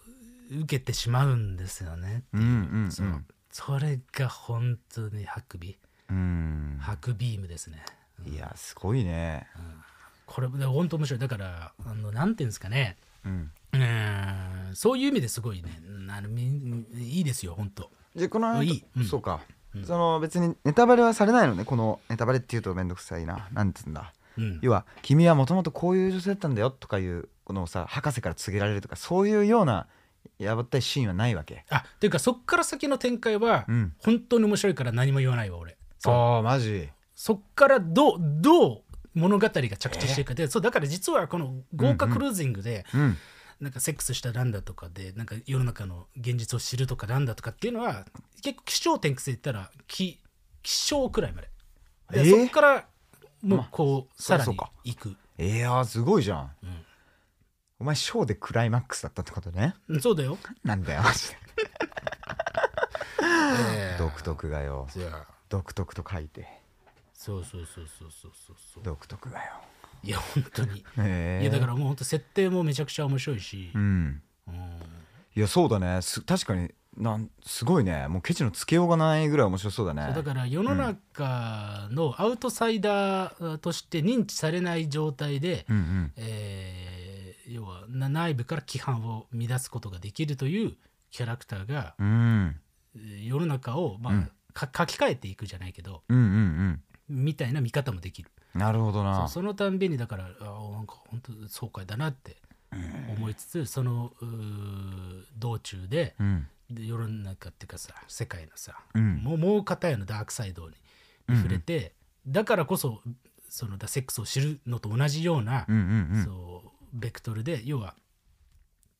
A: う受けてしまうんですよね、
B: うんうん
A: そうそれが本当にハクビ
B: うん
A: ハクビームですね
B: うんいやすごいね
A: これで本当面白いだからあのなんていうんですかね
B: うん
A: うーんそういう意味ですごいねあのみいいですよ本当
B: じゃあこの
A: いいうん
B: そうか
A: うん
B: その別にネタバレはされないのねこのネタバレっていうと面倒くさいななんつうんだ
A: うん
B: 要は「君はもともとこういう女性だったんだよ」とかいうこのさ博士から告げられるとかそういうようなやばったいシーンはないわけ
A: あっていうかそっから先の展開は、
B: うん
A: 本当に面白いから何も言わないわ俺そう
B: ああマジ
A: そっからどうどう物語が着地していくかで、そうだから実はこの豪華クルーズイングで、
B: うん
A: なんかセックスしたなんだとかでなんか世の中の現実を知るとかなんだとかっていうのは結構気象転結で言ったら気気象くらいまでで、
B: えー
A: そっからもうこう、
B: そ
A: さ
B: りゃ
A: ら
B: そう
A: に
B: か
A: いく
B: いやーすごいじゃん
A: うん
B: お前ショーでクライマックスだったってことね
A: うんそうだよ、
B: なんだよマジで
A: えー
B: 独特がよ
A: じゃあ
B: 独特と書いて
A: そうそうそうそうそうそうそう
B: 独特がよ
A: いや本当に
B: へえ
A: いやだからもう本当設定もめちゃくちゃ面白いし、
B: うん
A: うん
B: いやそうだねす確かになんすごいねもうケチのつけようがないぐらい面白そうだね
A: そうだから世の中のアウトサイダーとして認知されない状態で、
B: うんうん
A: えー要はな内部から規範を乱すことができるというキャラクターが
B: うん
A: えー世の中を、まあ
B: うん
A: か書き換えていくじゃないけど
B: うんうん
A: みたいな見方もできる
B: うんなるほど
A: そう
B: な
A: そのたんびにだからあーなんか本当爽快だなって思いつつ、そのうー道中で
B: うん
A: で世の中っていうかさ世界のさ、
B: うん
A: もうもう片やのダークサイドに触れて、だからこそそのだセックスを知るのと同じような、
B: うんうん
A: そうベクトルで要は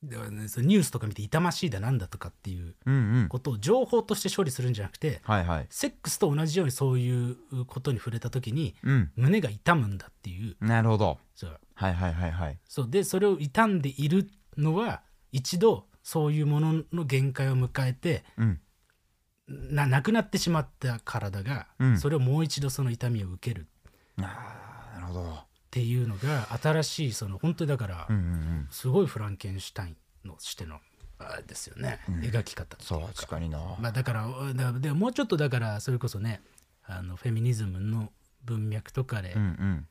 A: だからねそのニュースとか見て痛ましいだなんだとかっていう
B: うんうんうん
A: ことを情報として処理するんじゃなくて
B: はいはい
A: セックスと同じようにそういうことに触れた時に
B: うん
A: 胸が痛むんだっていう
B: なるほど
A: そう
B: はいはいはいはい
A: そうでそれを痛んでいるのは一度そういうものの限界を迎えて
B: うん
A: ななくなってしまった体が、
B: うん
A: それをもう一度その痛みを受けるっ
B: あーなるほど
A: ていうのが新しいその本当にだから、
B: うんうんうん
A: すごいフランケンシュタインのしてのあれですよね、描き方
B: そう確かにな
A: まあだからおだでもうちょっとだからそれこそねあのフェミニズムの文脈とかで
B: うん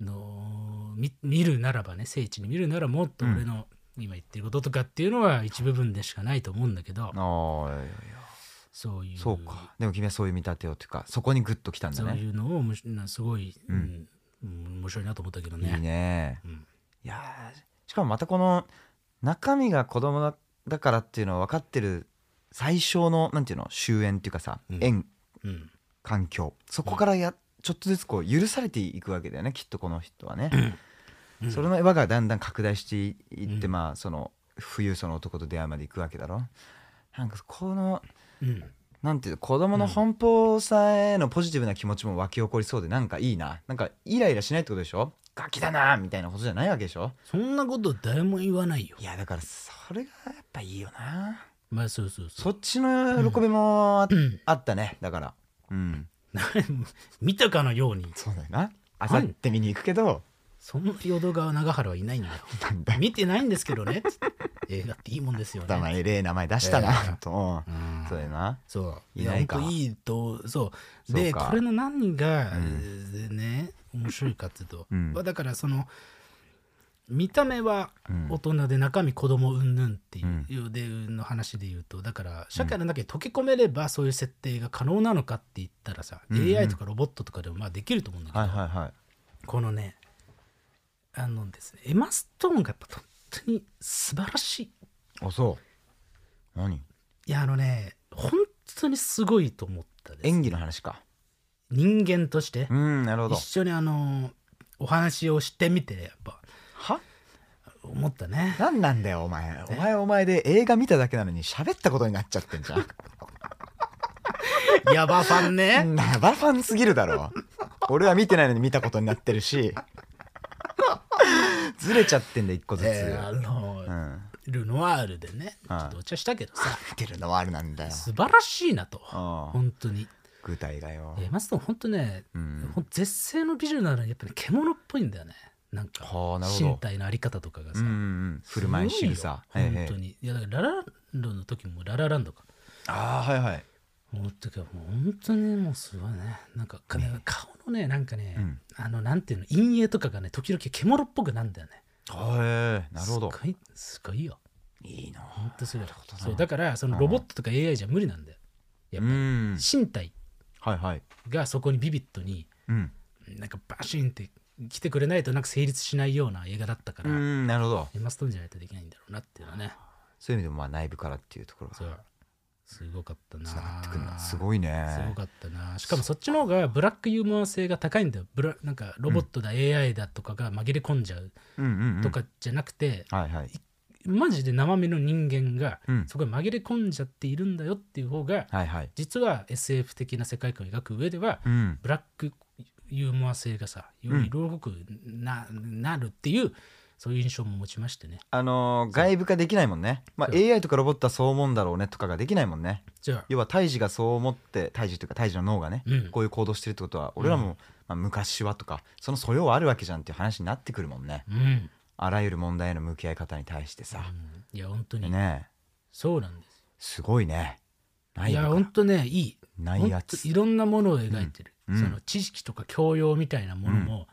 B: うん
A: の、み見るならばね聖地に見るならもっと俺の今言ってることとかっていうのは一部分でしかないと思うんだけど、
B: あーいやいやいや
A: そういう
B: そうかでも君はそういう見立てをっていうかそこにグッときたんだ
A: そう
B: ね
A: いうのをおもしなすごい、うんうん面白いなと思ったけどね。
B: いいね
A: うん
B: いやーしかもまたこの中身が子供だだからっていうのを分かってる最小のなんていうの終焉っていうかさ、
A: うん
B: 縁
A: うん
B: 環境そこからやちょっとずつこう許されていくわけだよねきっとこの人はね、
A: うん
B: それの輪がだんだん拡大していって、
A: うん
B: まあその富裕層の男と出会うまでいくわけだろなんかこの
A: うん
B: なんていうの子供の奔放さへのポジティブな気持ちも湧き起こりそうでなんかいいななんかイライラしないってことでしょガキだなみたいなことじゃないわけでしょ
A: そんなこと誰も言わないよ
B: い。やだからそれがやっぱいいよな
A: まあそうそうそう [laughs]
B: そっちの喜びもあ,、
A: ん
B: あったねだからうん
A: 見たかのように
B: そうだよなあさって見に行くけど、
A: その淀川長原はいないんだよ
B: なんだよ
A: 見てないんですけどねつって映画っていいもんですよ
B: 名
A: ね
B: 前例名前出した
A: え
B: な、
A: え
B: ほんと
A: う
B: うんんそうだよない
A: そうい
B: い
A: や
B: ないか
A: 本当いいとそう
B: そう
A: で
B: か
A: これの何が、
B: うん
A: えーね面白いかっていうと、
B: うん
A: まあだからその見た目は
B: うん
A: 大人で中身子供うんぬんっていうでの話で言うとだから社会の中に溶け込めればそういう設定が可能なのかって言ったらさ、
B: うんうん
A: AI とかロボットとかでもまあできると思うんだけど、
B: はいはいはい
A: このねあのですねエマ・ストーンがやっぱ本当に素晴らしい
B: あそう何
A: いやあのね本当にすごいと思ったです
B: 演技の話か
A: 人間として
B: うんなるほど
A: 一緒にあのお話をしてみてやっぱ
B: は
A: 思ったね
B: 何なんだよお前お前お前で映画見ただけなのに喋ったことになっちゃってんじゃん
A: ヤバファンね
B: なバファンすぎるだろ俺は見てないのに見たことになってるしずれちゃってんだ一個ずつ、
A: えーあの、
B: うん
A: ルノワールでねちょ
B: はい
A: っとお茶したけどさ
B: 見てるのはあるなんだよ
A: 素晴らしいなと
B: うん
A: 本当に
B: 具体がよ、
A: エマ・ストーン本当ね、
B: うん
A: ほん絶世の美女なのにやっぱり獣っぽいんだよねなんか
B: はあなるほど
A: 身体のあり方とかがさ、
B: うんうんうん振る舞い仕草
A: すごいよ本当
B: ええ
A: にいやだからララランドの時もララランドか
B: ああはいはい
A: もうてかもう本当にもうすごいねなんかかね顔のねなんかね、
B: うん
A: あのなんていうの陰影とかがね時々獣っぽくなんだよね
B: はいなるほど
A: すごいすごいよ
B: いいな
A: 本当すごい
B: ほどな
A: そうだからそのロボットとか AI じゃ無理なんだよや
B: う
A: っぱ
B: ん
A: 身体
B: はいはい
A: がそこにビビッドに
B: うん
A: なんかバシンって来てくれないとなんか成立しないような映画だったか
B: う
A: ら、
B: んなるほど
A: エマストーンじゃないとできないんだろうなっていうのはね
B: そういう意味でもまあ内部からっていうところ
A: そ
B: が
A: うすごかったな
B: つながってくるんだす
A: い
B: ごい
A: すご
B: ね
A: かったなしかもそっちの方がブラックユーモア性が高いんだよブラなんかロボットだ、AI だとかが紛れ込んじゃう
B: うんうんうん
A: とかじゃなくて、
B: はいはい
A: マジで生身の人間が
B: うん
A: そこに紛れ込んじゃっているんだよっていう方が
B: はいはい
A: 実は SF 的な世界観を描く上では
B: うん
A: ブラックユーモア性がさより両国な,、なるっていうそういう印象も持ちましてね
B: あのー外部化できないもんね、まあ、
A: そう
B: AI とかロボットはそう思うんだろうねとかができないもんね
A: じゃあ
B: 要は胎児がそう思って胎児というか胎児の脳がね、
A: うん
B: こういう行動してるってことは俺らも、まあ、昔はとかその素養はあるわけじゃんっていう話になってくるもんね
A: うん、
B: あらゆる問題への向き合い方に対してさ、
A: いや本当に
B: ねえ
A: そうなんです
B: すごいねない
A: いや本当ねいい
B: ないや
A: ほん
B: つ
A: といろんなものを描いてる、
B: うんうん
A: その知識とか教養みたいなものも、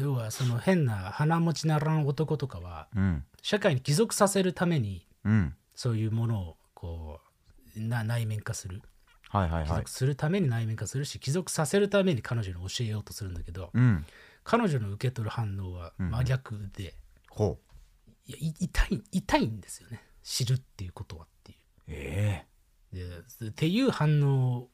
A: 要はその変な鼻持ちならん男とかは
B: うん
A: 社会に帰属させるために
B: うん
A: そういうものをこうな内面化する
B: はいはい
A: 帰
B: はい
A: 属するために内面化するし、帰属させるために彼女に教えようとするんだけど、
B: うん
A: 彼女の受け取る反応は真逆で、
B: ほう
A: いやい痛い痛いんですよね知るっていうことはっていう。
B: え
A: でっていう反応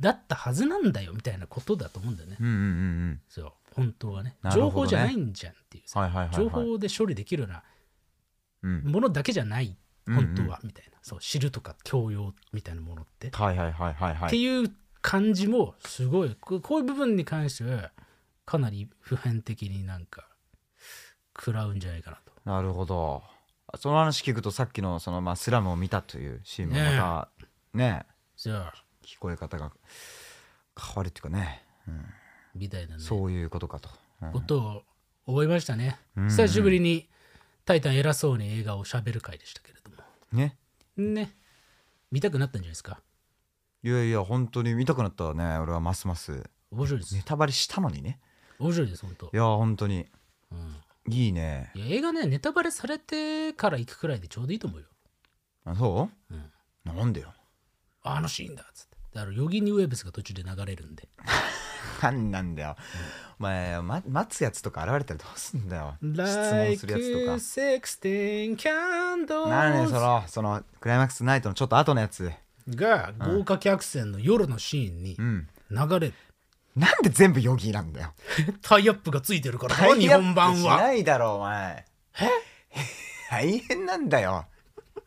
A: だったはずなんだよみたいなことだと思うんだよね
B: え。うんうんうんうん
A: そう本当はね
B: なるほ
A: 情報
B: どね
A: じゃないんじゃんっていうさ、
B: はいはいはいはい
A: 情報で処理できるような
B: うん
A: ものだけじゃない、
B: うん
A: 本当はみたいなそう知るとか教養みたいなものって、
B: はいはいはいはいは
A: って
B: い
A: いう感じもすごいここういう部分に関してはかなり普遍的になんか食らうんじゃないかなと。
B: なるほどその話聞くとさっきのそのまあスラムを見たというシーンもまたねえ
A: じゃあ
B: 聞こえ方が変わるっていうかね、うん
A: みたいなね
B: そういうことかと、うん
A: ことを覚えましたね、
B: うん
A: 久しぶりに「タイタン」偉そうに映画をしゃべる回でしたけれども
B: ね
A: ね見たくなったんじゃないですか
B: いやいや本当に見たくなったね俺はますます
A: 面白いです
B: ネタバレしたのにね
A: 面白いです本当
B: いや本当に
A: うん
B: いいね
A: いや映画ねネタバレされてから行くくらいでちょうどいいと思うよ
B: あそう、
A: うん
B: なんでよ
A: ああのシーンだっつってだからヨギニウェブスが途中で流れるんで
B: なんなんだよ、お前、ま、待つやつとか現れたらどうすんだよ質問するやつ
A: 16 candles
B: とかなんでそのそのクライマックスナイトのちょっと後のやつ
A: が豪華客船の夜のシーンに
B: うん
A: 流れる、
B: なんで全部ヨギなんだよ
A: タイアップがついてるからな日本版
B: し
A: は
B: ないだろお前
A: え
B: [laughs] 大変なんだよ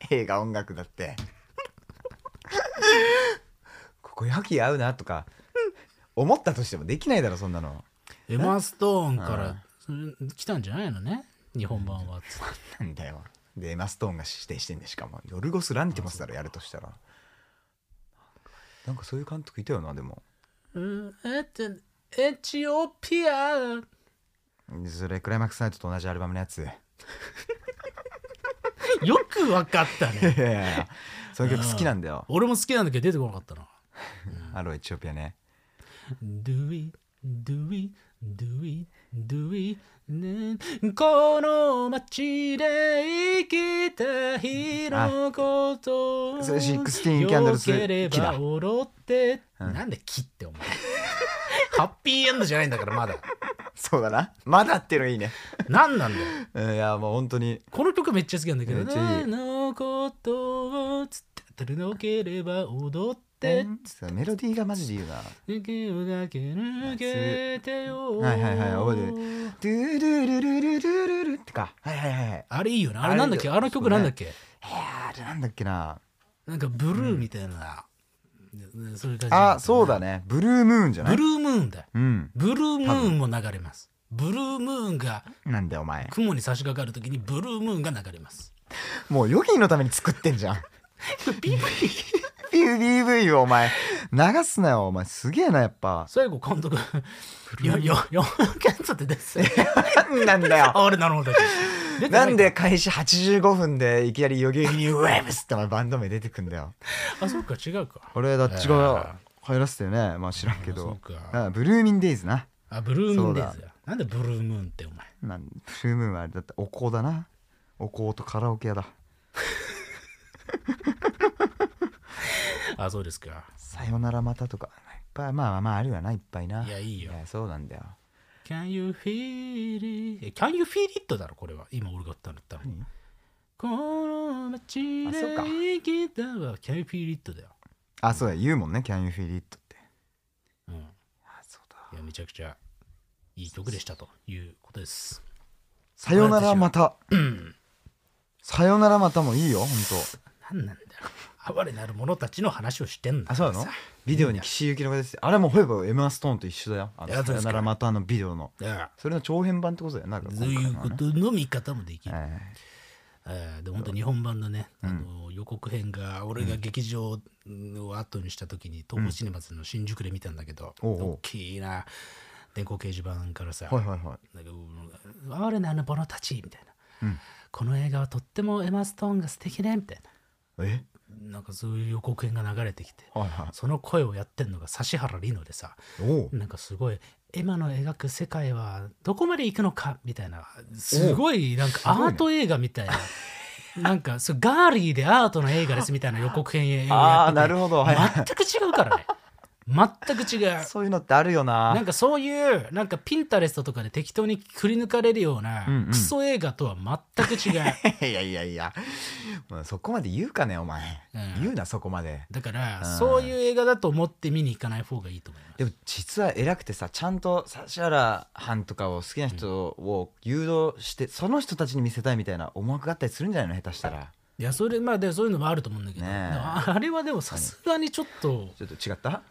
B: 映画音楽だって [laughs] ここヨギ合うなとか思ったとしてもできないだろそんなの
A: エマ・ストーンからそれ来たんじゃないのね日本版はつって
B: なんだよでエマ・ストーンが指定してんでしかもヨルゴス・ランティモスだろやるとしたらなんかそういう監督いたよなでも
A: うんえってエチオピア
B: それクライマックスナイトと同じアルバムのやつい
A: よくわかったね
B: [laughs] やいやいやその曲好きなんだよ
A: 俺も好きなんだけど出てこなかったな。
B: アロエチオピアね
A: Do we, do we, do we, do we, ね、この街で生きた日のことを
B: あそれ16 candles
A: よけれ
B: 木だ
A: ば踊って、
B: うん
A: なんで木ってお前 [laughs] ハッピーエンドじゃないんだからまだ
B: そうだなまだっていうのいいね
A: 何なんだよ
B: うんいやもう本当に
A: この曲めっちゃ好きなんだけど
B: めっちゃいい
A: 「のことをつってるのければ踊って」
B: そうメロディーがマジで言うな
A: 「抜けをだけ抜けてよ」
B: はいはいはい覚えドゥルルルルルルルってかはいはいはいはい
A: あれいいよねあれなんだっけ
B: あ
A: あ
B: れいいよ
A: の曲なんだっけ、
B: いやーあれなんだっけな
A: なんかブルーみたいな、ねそういう感じ
B: あそうだねブルームーンじゃな
A: ブ
B: い
A: ルームーンだ
B: うん
A: ブルームーンも流れますブルームーンが
B: なんだよお前
A: 雲に差し掛かるときにブルームーンが流れます
B: もうヨギのために作ってんじゃん
A: ピーピー
B: PVV をお前流すなよお前すげえなやっぱ
A: 最後監督よよよキャンセル
B: [laughs]
A: です
B: なんなんだよ
A: ああれなるほど
B: [laughs] なんで開始85分でいきなりヨギにウェブスってお前バンド名出てくんだよ
A: あそうか違うか
B: これどっちが入らせたよねまあ知らん
A: そ
B: け
A: う
B: ど
A: か
B: あブルーミンデイズな
A: あブルームーンで
B: そ
A: すよなんでブルームーンってお前
B: なんブルームーンはあれだってお香だなお香とカラオケ屋だ
A: あそうですか
B: さよならまたとかいっぱいまあまあまああるわないっぱいない
A: やいいよ
B: そうなんだよ
A: Can you feel it? え Can you feel it? だろこれは今俺が歌ったの
B: 何
A: この街で
B: あそうか
A: 生きたわ Can you feel it? だよ、
B: あそうだ言うもんね「Can you feel it」って
A: うん、い
B: あそうだ
A: やめちゃくちゃいい曲でしたということです
B: さよならまたさよならまたもいいよほんと
A: 何なんだよ哀れなる者たちの話をしてんだ
B: あそうなのビデオに岸井ゆきのが出ててあれもほえばエマ・ストーンと一緒だよあ
A: いやそ
B: の
A: う
B: さ
A: です
B: よ
A: か
B: ならまたあのビデオの
A: だから
B: それの長編版ってことだよななんか
A: そう
B: 今
A: い
B: 回
A: う
B: のは
A: こ
B: ね
A: との見方もできる、
B: ええ
A: えーで本当日本版のね、あの予告編が俺が劇場を後にした時に東宝シネマズの新宿で見たんだけど、
B: おうおう
A: 大きいな電光掲示板からさ、
B: はいはいはい
A: なんかうん哀れなる者たちみたいな、
B: うん
A: この映画はとってもエマ・ストーンが素敵ねみたい
B: え
A: ななんかそういう予告編が流れてきて
B: はいはい
A: その声をやってんのが指原莉乃でさ
B: おう
A: なんかすごいエマの描く世界はどこまで行くのかみたいなすごいなんか
B: すごい
A: アー
B: ね
A: ト映画みたいな。なんかそうガーリーでアートの映画ですみたいな予告編をやってて
B: ああなるほどはいは
A: 全
B: い
A: く違うからね全く違う
B: [laughs] そういうのってあるよな
A: なんかそういうなんかピンタレストとかで適当にくり抜かれるような
B: うんうん
A: クソ映画とは全く違う、
B: [laughs] いやいやいや、まあ、そこまで言うかねお前、
A: うん
B: 言うなそこまで
A: だから
B: うん
A: そういう映画だと思って見に行かない方がいいと思います
B: でも実は偉くてさちゃんと指原班とかを好きな人を誘導して、その人たちに見せたいみたいな思惑があったりするんじゃないの下手したら
A: いやそれまあでそういうのもあると思うんだけど、
B: ねえ
A: でもああれはでもさすがにちょっと
B: ちょっと違った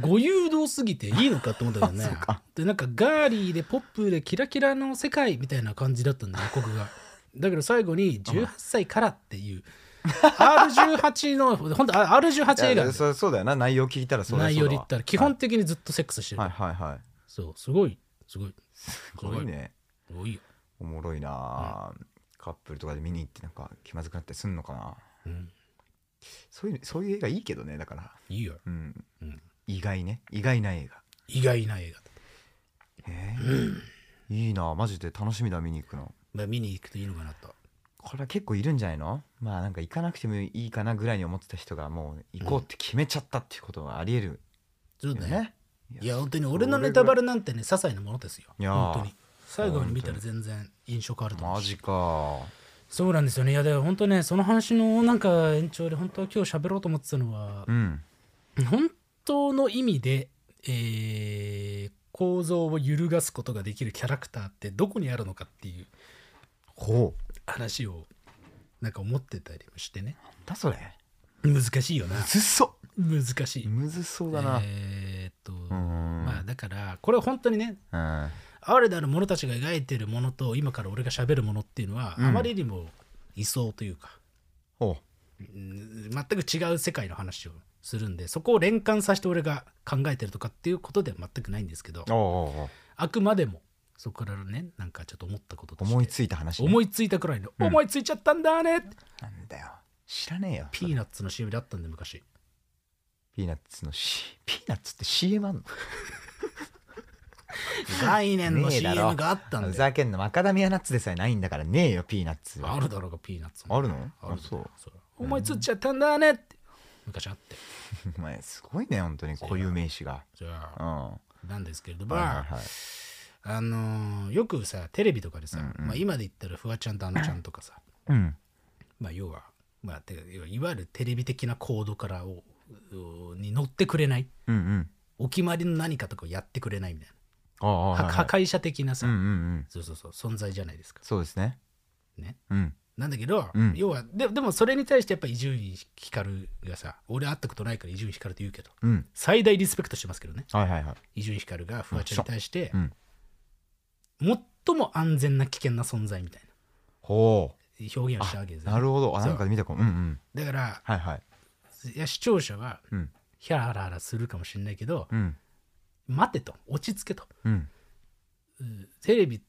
A: ご誘導すぎていいのかと思ったよね
B: [laughs] そうか
A: でなんかガーリーでポップでキラキラの世界みたいな感じだったん
B: [laughs]
A: だよ僕がだけど最後に18歳からっていう R18 の本当 R18 映画
B: いやそうそうだよな内容聞いたらそうだ
A: 内容で言
B: そ
A: っ
B: うだ
A: たら基本的にずっとセックスしてる、
B: わはいはいはい
A: そうすごいすごい
B: すごいね
A: すごいよ、
B: おもろいな、カップルとかで見に行ってなんか気まずくなったりすんのかな
A: うん、
B: そういうそういう映画いいけどねだから
A: いいよ
B: うん、
A: うん
B: 意外ね意外な映画
A: 意外な映画だ、
B: へえいいなマジで楽しみだ見に行くの
A: まあ、見に行くといいのかなと
B: これは結構いるんじゃないのまあなんか行かなくてもいいかなぐらいに思ってた人がもう行こうって決めちゃったっていうことはありえる
A: そう
B: よ
A: だ
B: ね
A: ねいや本当に俺のネタバレなんてね些細なものですよ
B: いやー
A: 本当に最後に見たら全然印象変わると思う
B: マジか
A: そうなんですよねいやでも本当ねその話のなんか延長で本当は今日喋ろうと思ってたのは
B: う、ん
A: 本当の意味で、えー構造を揺るがすことができるキャラクターってどこにあるのかっていう
B: ほ
A: 話をなんか思ってたりもしてね
B: うなんだそれ
A: 難しいよな
B: むずそ
A: 難しい
B: むずそうだな、
A: えーっと、
B: うん
A: まあだからこれは本当にね
B: うん
A: 哀れなる者たちが描いてるものと今から俺が喋るものっていうのは、
B: うん
A: あまりにも理想というか、
B: ほ
A: うん全く違う世界の話をするんでそこを連関させて俺が考えてるとかっていうことでは全くないんですけど
B: うおうおうおう
A: あくまでもそこからねなんかちょっと思ったこととして
B: 思いついた話、ね、
A: 思いついたくらいの、思いついちゃったんだねって
B: なんだよ知らねえよ
A: ピーナッツの CM だったんで昔
B: ピーナッツの C ピーナッツって CM あんの
A: 概念の
B: ねえだろ
A: CM があったん
B: ふ
A: で
B: ざけんなマカダミアナッツでさえないんだからねえよピーナッツ
A: あるだろうがピーナッツ
B: あるの
A: ある
B: あそう
A: そ思いついちゃったんだねって昔あって
B: お前すごいね本当に固有名詞が
A: じゃ
B: う
A: あ
B: んは
A: なんですけれど
B: い
A: も、
B: はいはい
A: あのーよくさテレビとかでさ、
B: うんうん
A: まあ、今で言ったらフワちゃんとあのちゃんとかさ [laughs]
B: うん
A: まあ要は、まあ、て要はいわゆるテレビ的なコードからをうに乗ってくれない
B: うんうん
A: お決まりの何かとかをやってくれないみたい
B: ああ
A: な、
B: は
A: は
B: いはい
A: 破壊者的なさ、
B: うんうんうん
A: そうそうそう存在じゃないですか。
B: そうですね
A: ね、
B: うん
A: なんだけど、
B: うん
A: 要はででもそれに対してやっぱ伊集院光がさ俺会ったことないから伊集院光と言うけど
B: うん
A: 最大リスペクトしてますけどね
B: はいはいはい
A: 伊集院光がフワちゃんに対して、
B: うん
A: 最も安全な危険な存在みたいな
B: ほ
A: 表現をしたわけです
B: う
A: よ
B: なるほどあなんか見たかもうんうん
A: だから
B: はいはい
A: いや視聴者は
B: うん
A: ヒャラハラするかもしれないけど、
B: うん
A: 待てと落ち着けと
B: うん
A: テレビ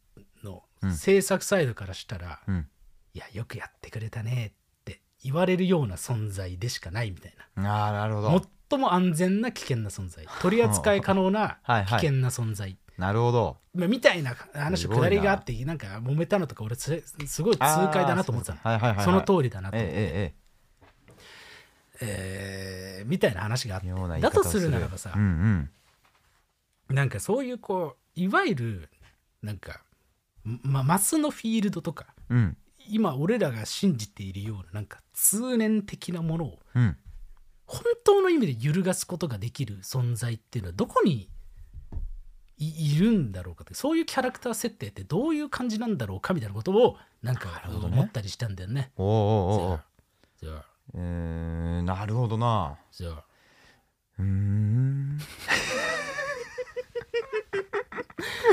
A: の
B: うん
A: 制作サイドからしたら、
B: うん
A: いやよくやってくれたねって言われるような存在でしかないみたい
B: ああなるほ
A: な
B: ど
A: 最も安全な危険な存在取り扱い可能な
B: はい
A: 危
B: は
A: 険
B: い
A: な存在、
B: なるほど
A: まあみたいな話
B: す
A: の
B: ごい
A: く
B: な
A: だりがあってなんか揉めたのとか俺すすごい痛快だなと思ってたの
B: あーはいはいはいはい
A: その通りだなと
B: ええ
A: 思って、
B: え
A: えーみたいな話があっ
B: えええ
A: て
B: 妙な言い方
A: だ
B: を
A: とするならばさ、
B: うんうん
A: なんかそういうこういわゆるなんか、ま、マスのフィールドとか
B: うん
A: 今俺らが信じているようななんか通念的なものを
B: うん
A: 本当の意味で揺るがすことができる存在っていうのはどこにいいるんだろうかってそういうキャラクター設定ってどういう感じなんだろうかみたいなことをなんか
B: なるほどね
A: 思ったりしたんだよね。
B: おうおうおうおう
A: じゃあ
B: うーんなるほどな
A: そう
B: うーん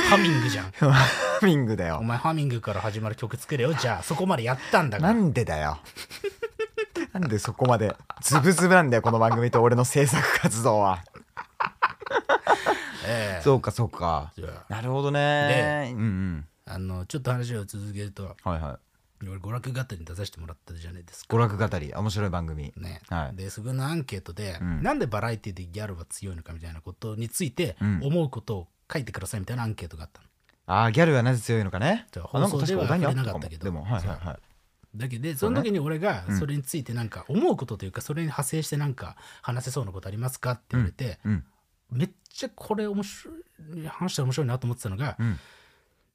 A: ハミングじゃん
B: ハミング
A: [laughs]
B: だ
A: お
B: よ
A: 前ハミングから始まる曲作れよじゃあそこまでやったんだか
B: な
A: ら
B: んでだよなんでそこまでズブズブなんだよこの番組と俺の制作活動は
A: ええ
B: そうかそうか
A: じゃあ
B: なるほどねうんうん
A: あのちょっと話を続けると
B: はいはい
A: 俺娯楽語に出させてもらったじゃないですか
B: 娯楽語り面白い番組
A: ね、
B: はい
A: でそこのアンケートで、
B: ん
A: なんでバラエティでギャルは強いのかみたいなことについて
B: うん
A: 思うことを書いてくださいみたいなアンケートがあったの。
B: ああギャルはなぜ強いのかね
A: じゃあ
B: あなんか
A: 放送で
B: 確か
A: は
B: お題にあった
A: 触れ
B: か
A: なか
B: も
A: ったけど
B: でもはいはいはい
A: だけどその時に俺がそれについてなんか思うことというかそれに派生してなんか話せそうなことありますかって言われて、
B: うん
A: めっちゃこれ面白い話したら面白いなと思ってたのが、
B: うん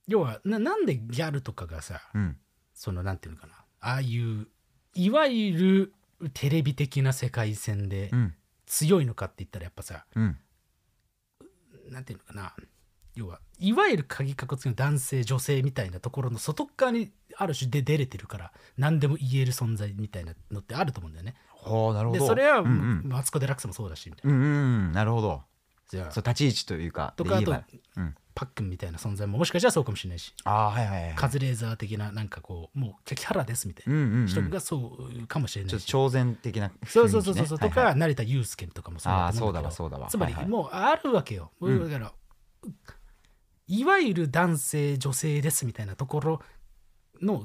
A: 要はななんでギャルとかがさ
B: うん
A: そのなんていうのかなああいういわゆるテレビ的な世界線で
B: うん
A: 強いのかって言ったらやっぱさ、
B: うん
A: なんていうのかな要はいわゆる鍵かっこつきの男性女性みたいなところの外っ側にある種で出れてるから何でも言える存在みたいなのってあると思うんだよね。
B: ほうなるほ
A: で
B: ど
A: それは、
B: うんうん
A: マツコ・デラックスもそうだしみたい
B: うんうんなるほど
A: な。
B: そう立ち位置というか
A: とかあ
B: で言
A: と
B: えばうん
A: パックンみたいな存在ももしかしたらそうかもしれないし
B: ああはいはいはい
A: カズレーザー的ななんかこうもう敵原ですみた
B: う
A: い
B: んうんう
A: なん人がそうかもしれ
B: ち
A: な
B: ょ
A: い
B: っと
A: し。
B: 超然的な雰囲気ね、
A: そうそうそうそうと
B: はいは
A: か
B: い
A: 成田悠輔とかもそう
B: ああ
A: だと
B: そ
A: 思
B: うだ
A: けど
B: わそうだわ
A: つまり
B: はいはい
A: もうあるわけよ、
B: うん
A: だからいわゆる男性女性ですみたいなところの、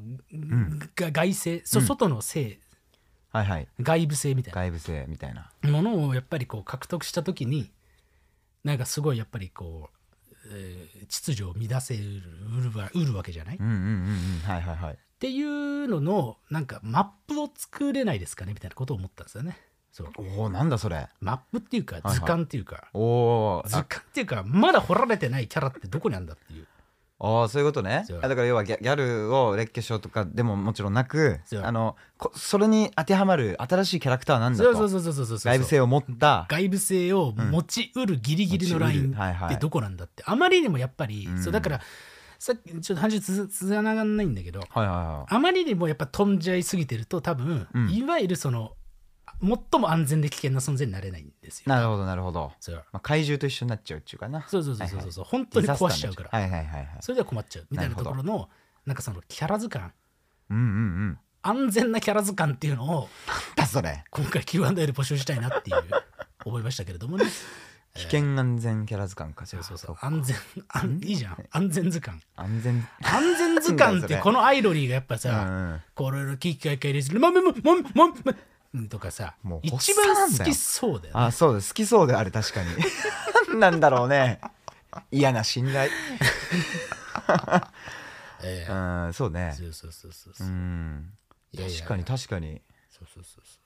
A: が外性そ
B: うん
A: 外の性、
B: はいはい
A: 外部性みたい
B: 外部性みたいな
A: なものをやっぱりこう獲得した時になんかすごいやっぱりこう、えー秩序を乱せるうるわうるわけじゃない、
B: う
A: っ
B: んうんうんうんはいはいはい
A: ていうののなんかマップを作れないですかねみたいなことを思ったんですよね。そう
B: おおなんだそれ
A: マップっていうか
B: はい
A: 図鑑っていうか、
B: おお
A: 図鑑っていうかまだ掘られてないキャラってどこにあるんだっていう
B: ああそういうことね
A: そう
B: あだから要はギャギャルを列挙しようとかでももちろんなく
A: そう
B: あのこそれに当てはまる新しいキャラクターは何だ
A: そう
B: と
A: そうそうそうそうそう
B: 外部性
A: を
B: を持った
A: 外部性を持ちうるギリギリのライン
B: はい
A: っ
B: は
A: て
B: い
A: どこなんだってあまりにもやっぱり、
B: うん
A: そうだからさっきちょっと話つつながんないんだけど
B: はいはいはい
A: あまりにもやっぱ飛んじゃいすぎてると多分、
B: うん
A: いわゆるその最も安全で危険な存在になれないんですよ。
B: なるほどなるほど、
A: そう
B: まあ、怪獣と一緒になっちゃうっていうかな
A: そうそうそうそうそう、本当に壊しちゃうから、
B: はいはいはいはい
A: それでは困っちゃうみたいなところのなんかそのキャラ図鑑
B: うんうんうん
A: 安全なキャラ図鑑っていうのを
B: だそれ
A: 今回 Q&A で募集したいなっていう思いましたけれどもね。
B: 危険安全キャラ図鑑か
A: そうそうそう
B: か
A: 安全あんいいじゃん安全図鑑
B: 安全
A: 安全図鑑ってこのアイドリーがやっぱさ
B: うんうん
A: これの機械会でするまめまめまめまめとかさ
B: もうおっ
A: 一
B: さんなん
A: 番
B: だよ
A: 好きそうだよね
B: あそうです好きそうである確かに
A: [laughs]
B: 何なんだろうね嫌な信頼
A: ええ
B: うんそうね
A: そうそうそうそう
B: う
A: そうんいやいや
B: 確かに確かに
A: そうそうそうそ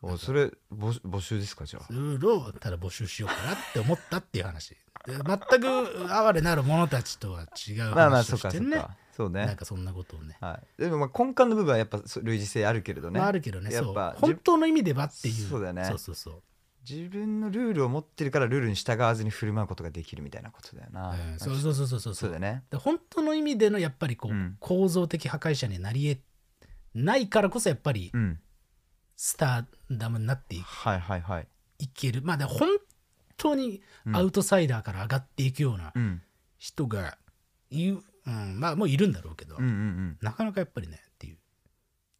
B: おそれ募集募集ですかじゃあ
A: うルールをただ募集しようかなって思ったっていう話で全く哀れなる者たちとは違う
B: まあまあ
A: 話
B: そ
A: を
B: う
A: し
B: か
A: て
B: そう
A: ね
B: かそう
A: なん
B: ね
A: かそんなことをね
B: はいでもまあ根幹の部分はやっぱそう類似性あるけれどね
A: まあ、あるけどね
B: や
A: そ
B: っ
A: う
B: ぱ
A: 本当の意味ではっていう
B: そうだよね
A: そうそうそう
B: 自分のルールを持ってるからルールに従わずに振る舞うことができるみたいなことだよな
A: うんそうそうそうそうそう
B: そうだよね
A: で本当の意味でのやっぱりこう、
B: うん
A: 構造的破壊者になりえないからこそやっぱり
B: うん
A: スターダムになってい
B: はいはいはい
A: いけるまあで本当にアウトサイダーから上がっていくような
B: うん
A: 人がいる、うん、まあもういるんだろうけど、
B: うんうんうん
A: なかなかやっぱりねっていう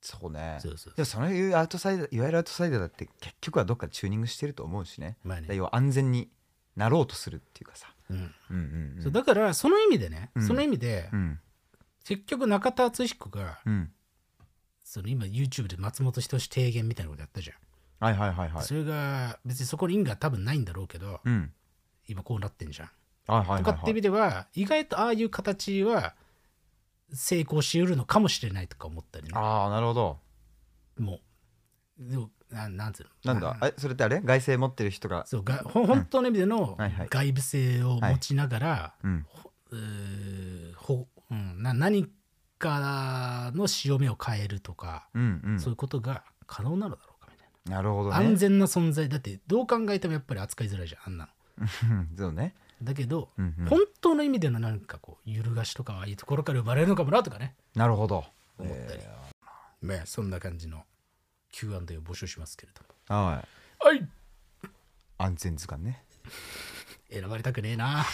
B: そうね
A: そうそう
B: でもそのいうアウトサイダーいわゆるアウトサイダーだって結局はどっかチューニングしてると思うしね
A: まあね
B: だから要は安全になろうとするっていうかさ、
A: うん
B: うんうんうん、
A: そうだからその意味でね、
B: うん
A: その意味で、
B: うん
A: 結局中田敦彦が
B: うん
A: その今 YouTube で松本人志提言みたいなことやったじゃん、
B: はいはいはいはい
A: それが別にそこに因果多分ないんだろうけど、
B: うん
A: 今こうなってんじゃん
B: はいはいはい
A: と
B: は
A: か
B: い
A: って意味では意外とああいう形は成功しうるのかもしれないとか思ったりね
B: ああなるほど
A: もうでもななんつうの
B: なんだ
A: あ
B: えそれってあれ外性持ってる人が
A: そうがほん本当の意味での
B: はいはい
A: 外部性を持ちながら、
B: うん
A: うーほうん、な何かの潮目を変えるとか、
B: うんうん
A: そういうことが可能なのだろうかみたい
B: なるほど
A: な、
B: ね
A: 安全な存在だってどう考えてもやっぱり扱いづらいじゃんあんなの
B: うん [laughs] そうね
A: だけど、
B: うんうん
A: 本当の意味でのなんかこう揺るがしとかはいいところから生まれるのかもなとかね
B: なるほど
A: 思ったりまあそんな感じの Q&A を募集しますけれども
B: はい
A: はい
B: 安全図鑑ね
A: 選ばれたくねえ [laughs] な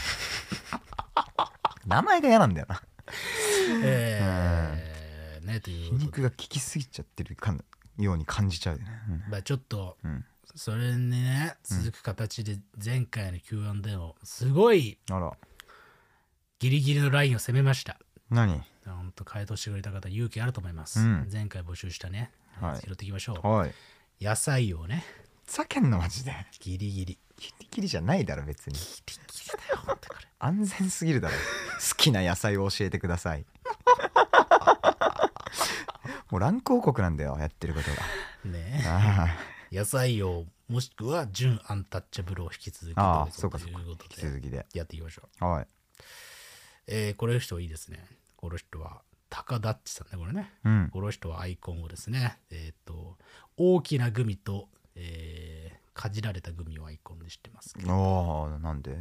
B: 名前が嫌なんだよな
A: えー、ねということ
B: 皮
A: で、
B: 肉が効きすぎちゃってるかんように感じちゃうよね
A: まあ、ちょっと
B: うん、うん
A: それにね続く形で前回の Q&A をすごい
B: あら
A: ギリギリのラインを攻めました
B: 何
A: 本当回答してくれた方勇気あると思います、
B: うん
A: 前回募集したね、
B: はい
A: 拾っていきましょう
B: はい
A: 野菜をね
B: ざけんなマジで
A: ギリギリ
B: キリキリじゃないだろ別に
A: ギリギリだよ本当これ
B: 安全すぎるだろ好きな野菜を教えてください [laughs] もう乱高国なんだよやってること [laughs]
A: ね
B: があ
A: え野菜王もしくは準アンタッチャブルを引き続きど
B: あああ
A: う
B: そ
A: ぞ
B: うか
A: と
B: そ
A: いうう
B: か
A: こと
B: 引き続
A: で
B: きで
A: やっていきましょう、
B: はい
A: えーこの人いいですねこの人は高田っちさんねこれね
B: うん
A: この人はアイコンをですねえっ、と大きなグミと、えーかじられたグミをアイコンにしてますけど
B: おーなんで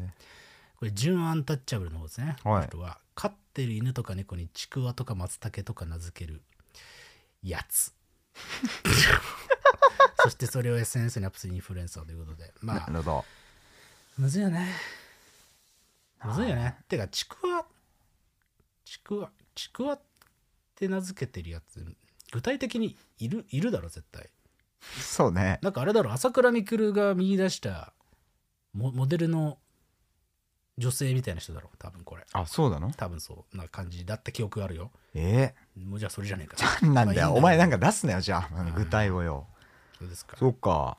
A: これ準アンタッチャブルの方ですね、この人は飼ってる犬とか猫にちくわとか松茸とか名付けるやつそしてそれを SNS にアップするインフルエンサーということでま
B: な
A: あ
B: るほど
A: むずいよねむずいよねてかちくわちくわちくわって名付けてるやつ具体的にいるいるだろ絶対
B: そうね
A: なんかあれだろ朝倉未来が見出したモモデルの女性みたいな人だろ多分これ
B: あそうなの
A: 多分そうな感じだった記憶があるよ
B: え
A: もうじゃあそれじゃねえか
B: ー、なんだよ、お前なんか
A: だ
B: 出すなよじゃあ
A: ん
B: 具体をよ
A: そうですか
B: そうか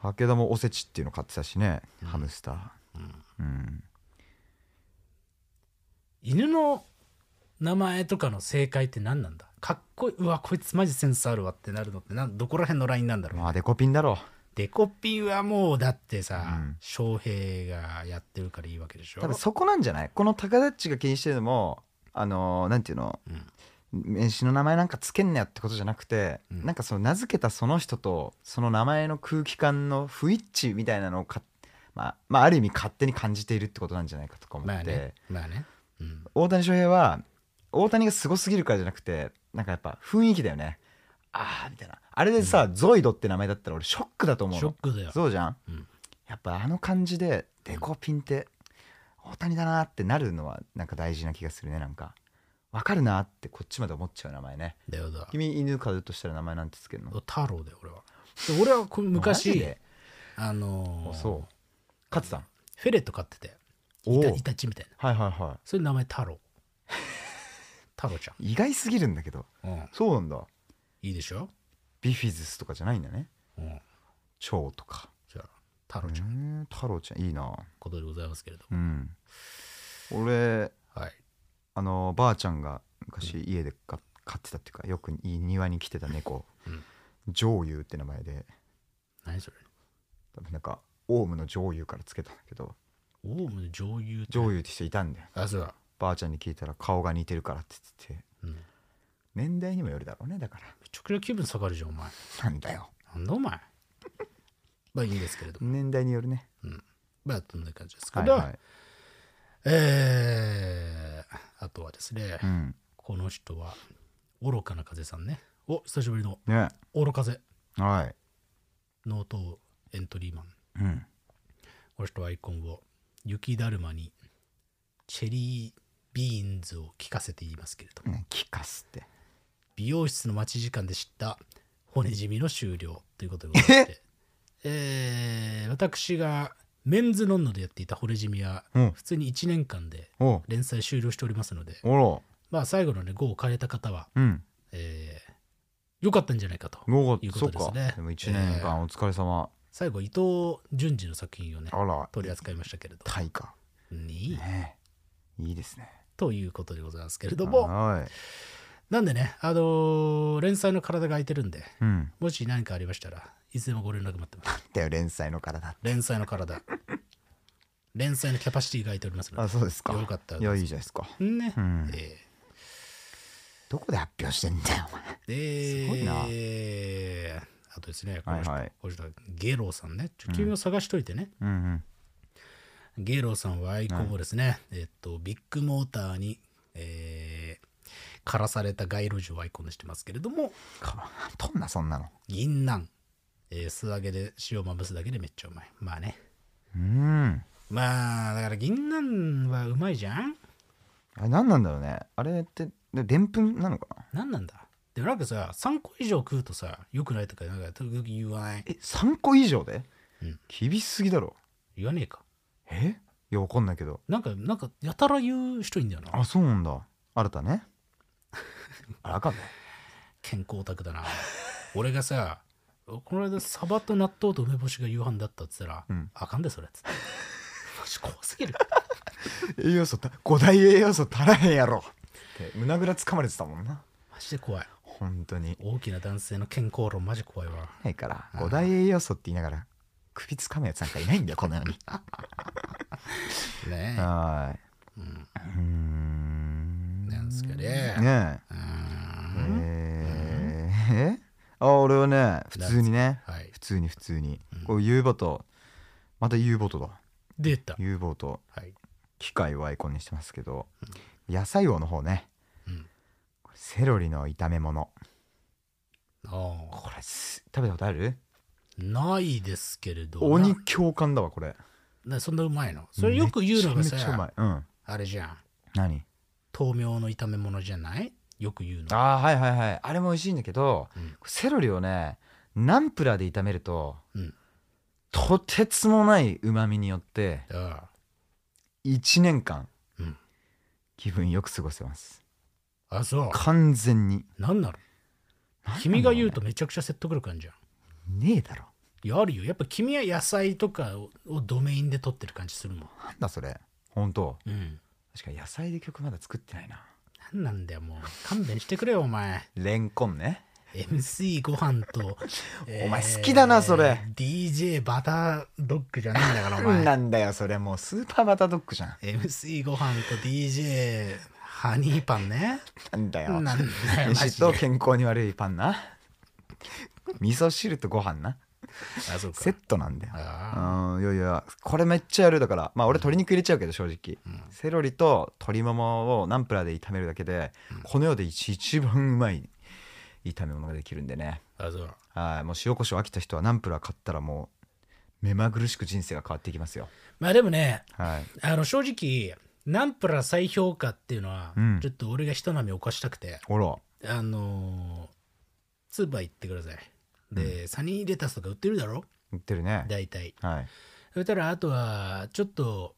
B: 武田もおせちっていうの買ってたしね、
A: うん
B: ハムスター
A: うん
B: うん
A: 犬の名前とかの正解って何なんだかっこいいうわこいつマジセンスあるわってなるのってなんどこら辺のラインなんだろう、
B: まあデコピンだろ
A: デコピンはもうだってさ、
B: うん
A: 翔平がやってるからいいわけでしょ
B: 多分そこなんじゃないこの高田っちが気にしてるのもあのーなんていうの
A: うん
B: 名刺の名前なんかつけんなよってことじゃなくて、
A: うん
B: なんかその名付けたその人とその名前の空気感の不一致みたいなのをか、まあ、まあある意味勝手に感じているってことなんじゃないかとか思って、
A: まあねまあねうん
B: 大谷翔平は大谷がすごすぎるからじゃなくてなんかやっぱ雰囲気だよねああみたいなあれでさ、ゾイドって名前だったら俺ショックだと思う
A: ショ
B: の
A: ックだよ
B: そうじゃん、
A: うん
B: やっぱあの感じでデコピンって大谷だなってなるのはなんか大事な気がするねなんかわかるなってこっちまで思っちゃう名前ね
A: だよだ
B: 君犬飼うとしたら名前なんてつけるの
A: 太郎だよ俺はで俺はこれ
B: マジ
A: 昔
B: で
A: あのー
B: あそう勝ってたん
A: フェレット飼ってて
B: お
A: イ
B: お
A: タ
B: はい
A: イタチみたいな
B: はいは
A: それ名前太郎 [laughs] 太郎ちゃ
B: い意外すぎるんだけど
A: ん、うん、
B: そうなんだ
A: いいでしょ、
B: ビフィズスとかじゃないんだね
A: うん、
B: 蝶とか
A: じゃあ太郎ちゃん
B: うん太郎ちゃんいいな
A: ことでございますけれども、
B: うん俺
A: はい
B: あのばあちゃんが昔家でか飼ってたっていうかよくいい庭に来てた猫
A: うん
B: 上優って名前で
A: 何それ
B: 多分なんかオウムの上優からつけたんだけど
A: オウムの女優って
B: 上優って人いたんだよ
A: あそうだ、
B: ばあちゃんに聞いたら顔が似てるからって言ってて
A: うん、め
B: 年代にもよるだろうねだから
A: ちゃくちゃ気分下がるじゃんお前
B: なんだよ
A: なんだお
B: [laughs]
A: 前まあいいんですけれども
B: 年代によるね
A: まあどんな感じですけ
B: はい
A: ど、
B: はい
A: えー、あとはですね、
B: うん
A: この人は愚かな風さんねお久しぶりの
B: ね
A: 愚風
B: は
A: ノートエントリーマン
B: いうん
A: この人はアイコンを雪だるまにチェリービーンズを聞かせて言いますけれども
B: ね聞かすって
A: 美容室の待ち時間で知った骨じみの終了ということでございまして、えー私がメンズノンノでやっていた骨じみは
B: うん
A: 普通に1年間で
B: おう
A: 連載終了しておりますので、
B: お
A: まあ、最後のね5を変えた方は、
B: らうん
A: えー、よかったんじゃないかと
B: 午
A: い
B: 後
A: うこと
B: そっ
A: です
B: か
A: ね
B: でも1年間お疲れ様
A: 最後伊藤淳二の作品をね
B: あら
A: 取り扱いましたけれど
B: 対価
A: に
B: ねいいですね
A: ということでございますけれども
B: はい
A: なんでねあのー連載の体が空いてるんで
B: うん
A: もし何かありましたらいつでもご連絡待ってます
B: だよ連載の体って
A: 連載の
B: [laughs]
A: 体連載のキャパシティが空いておりますの
B: あ
A: で
B: そうですか
A: よかったら
B: いやいいじゃないですか
A: ね、
B: うん
A: え
B: どこで発表してんだよお前
A: ーです
B: ごいな
A: えーあとですねこの人、
B: はいはい
A: この人ゲロウさんねちょ君を探しといてね、
B: うんうん
A: ゲロウさんはアイコンをですね、えっとビッグモーターに、えー枯らされた街路樹をアイコンにしてますけれども
B: とんなそんなの
A: 銀杏、えー素揚げで塩をまぶすだけでめっちゃうまいまあね
B: うん
A: まあだから銀杏はうまいじゃん
B: あれ何なんだろうねあれってででんぷんなのかな
A: 何なんだでもなんかさ3個以上食うとさよくないとかなんか時々言わない
B: え3個以上で、
A: うん
B: 厳しすぎだろ
A: 言わねえか
B: えいやわかんないけど
A: なんかなんかやたら言う人いんだよな
B: あそうなんだ新た [laughs] ねあらかね
A: 健康オタクだな俺がさこの間サバと納豆と梅干しが夕飯だったっつったら、
B: うん
A: あかんでそれっつってマジ怖すぎる
B: 栄養素た5大栄養素足らへんやろって胸ぐらつかまれてたもんな
A: マジで怖い
B: 本当に
A: 大きな男性の健康論マジ怖いわ
B: ないから5大栄養素って言いながら首つかむやつなんかいないんだよこ
A: [laughs]
B: の世に
A: ねえ
B: は
A: うん
B: ーいうーん
A: なんですかね
B: ね
A: うー
B: え
A: ん
B: えーえあ俺はね普通にね
A: はい
B: 普通に普通に、こう U ボートまた U ボートだ
A: 出た
B: U ボート
A: はい、
B: 機械をアイコンにしてますけど、野菜王の方ね
A: うん、
B: これセロリの炒め物
A: あ
B: これす食べたことある
A: ーないですけれど
B: 鬼共感だわこれ
A: ななそんなうまいのそれよく言うのが
B: めちゃめちゃうま
A: さ
B: いうん
A: あれじゃん
B: 何
A: 豆苗の炒め物じゃないよく言うの
B: ああはいはいはいあれも美味しいんだけど、
A: うん
B: セロリをねナンプラーで炒めると、
A: うん
B: とてつもないうまみによって
A: あ
B: 1年間、
A: うん
B: 気分よく過ごせます
A: ああそう
B: 完全に
A: なんなの君が言うとめちゃくちゃ説得力あるじゃん
B: ねえだろ
A: いやあるよやっぱ君は野菜とかををドメインで取ってる感じするもん
B: なんだそれ本当
A: うん
B: 確かに野菜で曲まだ作ってないな
A: なんなんだよもう勘弁してくれよお前
B: レンコンね
A: MC ご飯と、
B: [laughs] お前好きだなそれ
A: DJ バタードッグじゃねえんだからお前
B: なんだよそれもうスーパーバタードッグじゃん
A: MC ご飯と DJ ハニーパンね
B: なんだ
A: なんだよマ
B: 飯
A: ジで
B: と健康に悪いパンな味噌汁とご飯な
A: あそう
B: セ
A: か
B: ットなんだよ
A: あ
B: うんいやいやこれめっちゃやるだからまあ俺鶏肉入れちゃうけど正直、
A: うん
B: セロリと鶏ももをナンプラーで炒めるだけで、この世で一一番うまい炒め物ができるんでね
A: ーあそう
B: はいもう塩コショウ飽きた人はナンプラー買ったらもう目まぐるしく人生が変わっていきますよ
A: まあでもね
B: はい
A: あの正直ナンプラー再評価っていうのは、
B: うん
A: ちょっと俺が人波を犯したくて
B: ほら
A: あのー、スーパー行ってくださいで、サニーレタスとか売ってるだろ
B: 言ってるね
A: 大体
B: はい
A: それたらあとはちょっと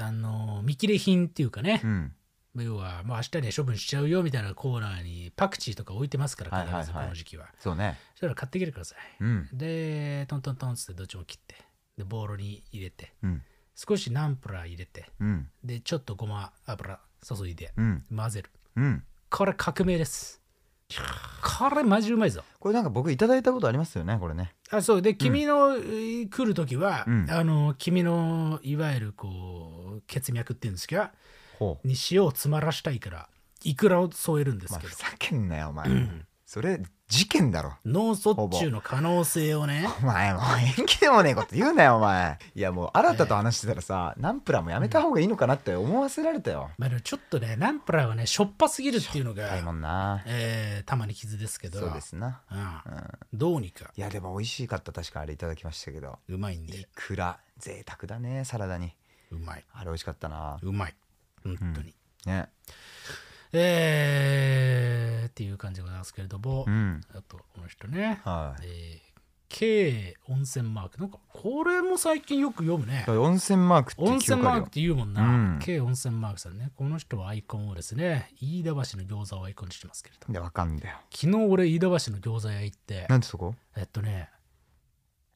A: あのー見切れ品っていうかね
B: う、ん
A: 要はもう明日には処分しちゃうよみたいなコーナーにパクチーとか置いてますか
B: はいはい
A: ら
B: はい
A: 必ずこの時期は,、
B: そうね
A: そしたら買ってきてください
B: うん
A: でトントントンっつってどっちも切ってでボウルに入れて
B: うん
A: 少しナンプラー入れて
B: うん
A: でちょっとごま油注いで
B: うん
A: 混ぜる
B: うん
A: これ革命ですこれマジうまいぞ
B: これなんか僕いただいたことありますよねこれね
A: あそうで君の、えー来る時は、
B: うん
A: あの君のいわゆるこう血脈っていうんですか
B: ほ
A: に塩を詰まらしたいからいくらを添えるんで
B: ますあ
A: けど
B: ふ、ざけんなよお前、それ事件だろ
A: 脳卒中の可能性をね
B: お前もう縁起でもねえこと言うなよお前いやもう新たと話してたらさ、ナンプラーもやめた方がいいのかなって思わせられたよ、
A: まあ、でもちょっとねナンプラーはねしょっぱすぎるっていうの
B: ういも
A: が、
B: んな
A: えーたまに傷ですけど
B: そうですな
A: うんどうにか
B: いやでも美味しかった確かあれいただきましたけど
A: うまいん
B: い
A: で
B: くら贅沢だねサラダに
A: うまい
B: あれ美味しかったな
A: うまい本当に、
B: ね
A: えーっていう感じでございますけれども、
B: うん
A: あとこの人ね、
B: はい
A: えー K 温泉マークなんかこれも最近よく読むね
B: だから温泉マークって
A: 温
B: 記
A: 泉
B: 憶あ
A: マー
B: る
A: クっ
B: よ
A: て言うもんな、
B: うん
A: K 温泉マークさんねこの人はアイコンをですね飯田橋の餃子をアイコンにしてますけれど
B: いやわかんだよ
A: 昨日俺飯田橋の餃子屋行って
B: なんでそこ
A: えっとね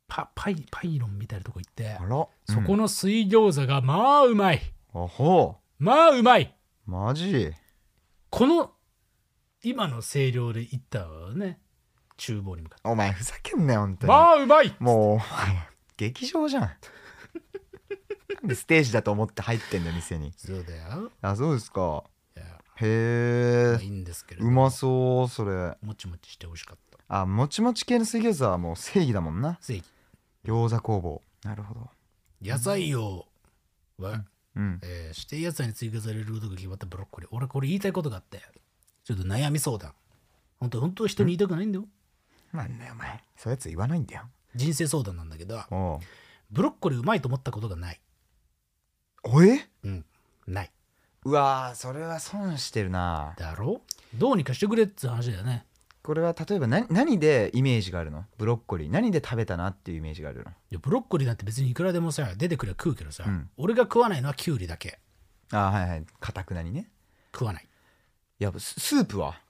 A: パパイパイロンみたいなとこ行って
B: あら
A: そこ
B: の、
A: の水餃子がまあうまい
B: あほ
A: まあうまいう
B: マジ
A: この今の声量で行ったわね厨房に向かって
B: お前ふざけんなよ本当に、
A: まあうまい
B: もうお前 [laughs] 劇場じゃんなんでステージだと思って入ってんだ店に
A: そうだよ
B: あそうですか
A: いやま
B: へ
A: あい
B: え
A: いんですけれど
B: う
A: も
B: まそうそれ
A: もちもちして美味しかった
B: あもちもち系の水餃子はもう正義だもんな
A: 正義
B: 餃子工房なるほど
A: 野菜王は、
B: うん
A: えー指定野菜に追加されることが決まったブロッコリー俺これ言いたいことがあってちょっと悩み相談本当本当は人に言いたくないんだよ
B: なんだよお前そういうやつ言わないんだよ
A: 人生相談なんだけど
B: おう
A: ブロッコリーうまいと思ったことがない
B: おえ
A: うんないう
B: わーそれは損してるな
A: だろどうにかしてくれっつう話だよね
B: これは例えば何何でイメージがあるのブロッコリー何で食べたなっていうイメージがあるの
A: いやブロッコリーなんて別にいくらでもさ出てくりゃ食うけどさ、
B: うん
A: 俺が食わないのはキュウリだけ
B: あーはいはいかたくなにね
A: 食わない
B: いやススープは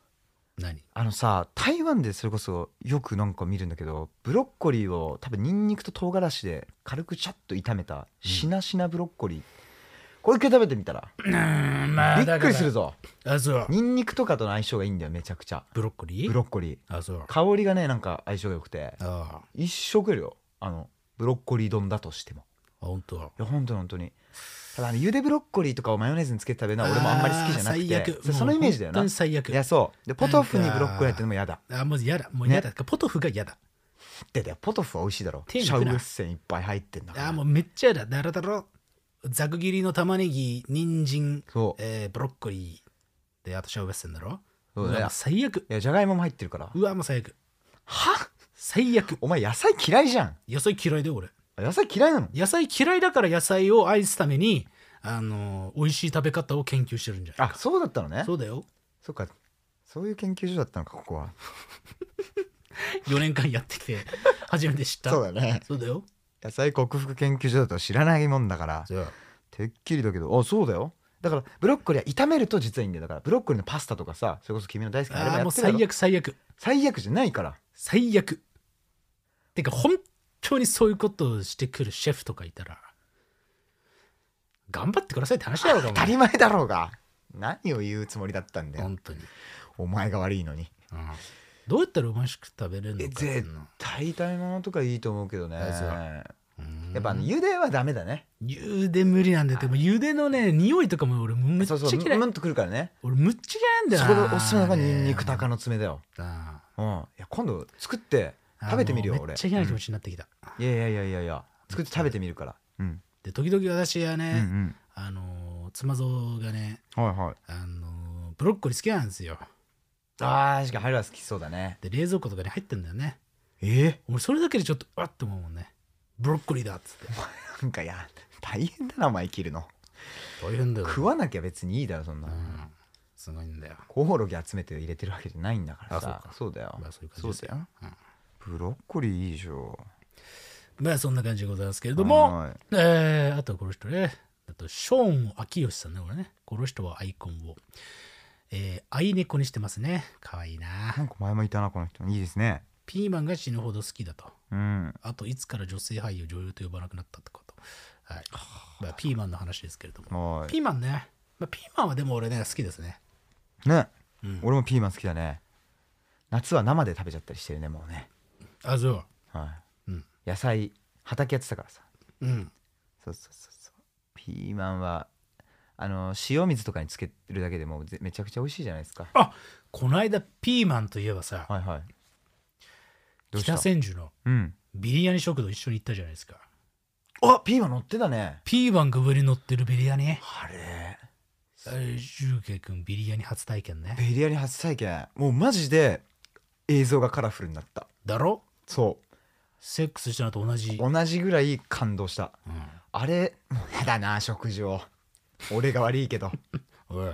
A: 何
B: あのさ台湾でそれこそよくなんか見るんだけどブロッコリーを多分ニンニクと唐辛子で軽くチャッと炒めたしなしなブロッコリー、これ一回食べてみたら
A: うんまあ
B: びっくりする
A: ぞ
B: ぞ
A: あそう
B: ニンニクとかとの相性がいいんだよめちゃくちゃ
A: ブロッコリー
B: ブロッコリー
A: あそう
B: 香りがねなんか相性が良くて
A: ああ
B: 一生食えるよあのブロッコリー丼だとしても
A: 本当
B: いや本当に本当にただあのゆでブロッコリーとかをマヨネーズにつけて食べるのは俺もあんまり好きじゃなく
A: 最
B: て
A: 悪
B: そそのイメージだよ
A: もう本当
B: な
A: に最悪
B: いやそうでポトフにブロッコリーやってるのも嫌だ
A: あもう嫌だもう嫌だ、ポトフが嫌だ
B: ででポトフは美味しいだろ
A: 手
B: シ
A: 抜く
B: ャ
A: な
B: ウエッセンいっぱい入ってんだから
A: あもうめっちゃ嫌だだらだろざく切りの玉ねぎ人参
B: そう
A: えー、ブロッコリーであとシャウエッセンだろ
B: そうだ
A: わ
B: よ
A: もう最悪
B: いやじゃがいもも入ってるから
A: うわもう最悪
B: は
A: 最悪
B: お前野菜嫌いじゃん
A: 野菜嫌いだよ俺
B: 野菜嫌いなの
A: 野菜嫌いだから野菜を愛すためにあのー美味しい食べ方を研究してるんじゃない
B: あ
A: か
B: そうだったのね
A: そうだよ
B: そっかそういう研究所だったのかここは
A: 4年間やってきて初めて知った
B: [laughs] そうだね
A: そうだよ
B: 野菜克服研究所だと知らないもんだから
A: そう
B: てっきりだけどあそうだよだからブロッコリーは炒めると実はいいんだよだからブロッコリーのパスタとかさそれこそ君の大好きなあれ
A: あ
B: も
A: ー
B: や
A: もう
B: ってるだろ
A: 最悪最悪
B: 最悪じゃないから
A: 最悪てか本当にそういうことをしてくるシェフとかいたら頑張ってくださいって話だろうが
B: 当たり前だろうが何を言うつもりだったんだよ
A: 本当に、
B: お前が悪いのに
A: うんどうやったらうましく食べれるのかっていうの
B: 大体ものとかいいと思うけどね
A: あそう
B: や
A: うん
B: っぱあの茹ではダメだね
A: 茹で無理なんだよでも茹でのね匂いとかも俺むっち
B: そ
A: ゃ
B: うそう
A: 嫌い
B: ムンとくるからね
A: 俺むっちゃ嫌
B: そ
A: なんだ
B: こで
A: よな
B: おすすめなのがニンニク鷹の爪だよ
A: あ
B: うんいや今度作って
A: ー
B: 食べてみるよ
A: あーもう
B: 俺
A: めっちゃ嫌な気持ちになってきた、
B: うんいやいやいやいやいや作って食べてみるからうん
A: で時々私は
B: うんう
A: ね、
B: ん
A: あのー妻蔵がね
B: はいはい
A: あのーブロッコリー好きなんですよ
B: あー確かに春は好きそうだね
A: で冷蔵庫とかに入ってんだよね
B: え
A: 俺それだけでちょっとあって思うもんねブロッコリーだっつって
B: なんかいや大変だなお前生きるの
A: 大変だよ
B: 食わなきゃ別にいいだろそんな
A: うんすごいんだよ
B: コオロギ集めて入れてるわけじゃないんだから
A: あ
B: さ
A: そうか
B: そうだよ
A: まあそういう感じですよ
B: だよブロッコリーいいでしょ
A: まあそんな感じでございますけれども
B: はい
A: えーあとはこの人ねあとショーン・秋吉さんねこれねこの人はアイコンをえー、愛猫にしてますねかわいいな
B: なんか前もいたなこの人いいですね
A: ピーマンが死ぬほど好きだと
B: うん
A: あといつから女性俳優女優と呼ばなくなったってことはい、まあ、ピーマンの話ですけれども
B: は
A: ピーマンね、まあ、ピーマンはでも俺ね好きですね
B: いね
A: うん
B: 俺もピーマン好きだね夏は生で食べちゃったりしてるねもうね
A: あそう
B: は
A: うん
B: い野菜畑やってたからさ
A: うん
B: そうそうそうそうピーマンはあの塩水とかにつけるだけでもうぜめちゃくちゃ美味しいじゃないですか
A: あこの間ピーマンといえばさ
B: はいはいどうした
A: 北千住の
B: うん
A: ビリヤニ食堂一緒に行ったじゃないですか
B: あピーマン乗ってたね
A: ピーマンが上に乗ってるビリヤニ
B: あれ
A: シュウケイ君ビリヤニ初体験ね
B: ベリアリ初体験もうマジで映像がカラフルになった
A: だろ
B: そ
A: セックスしたのと同じ、
B: う同じぐらい感動した
A: うん
B: あれもうやだな食事を俺が悪いけど
A: おい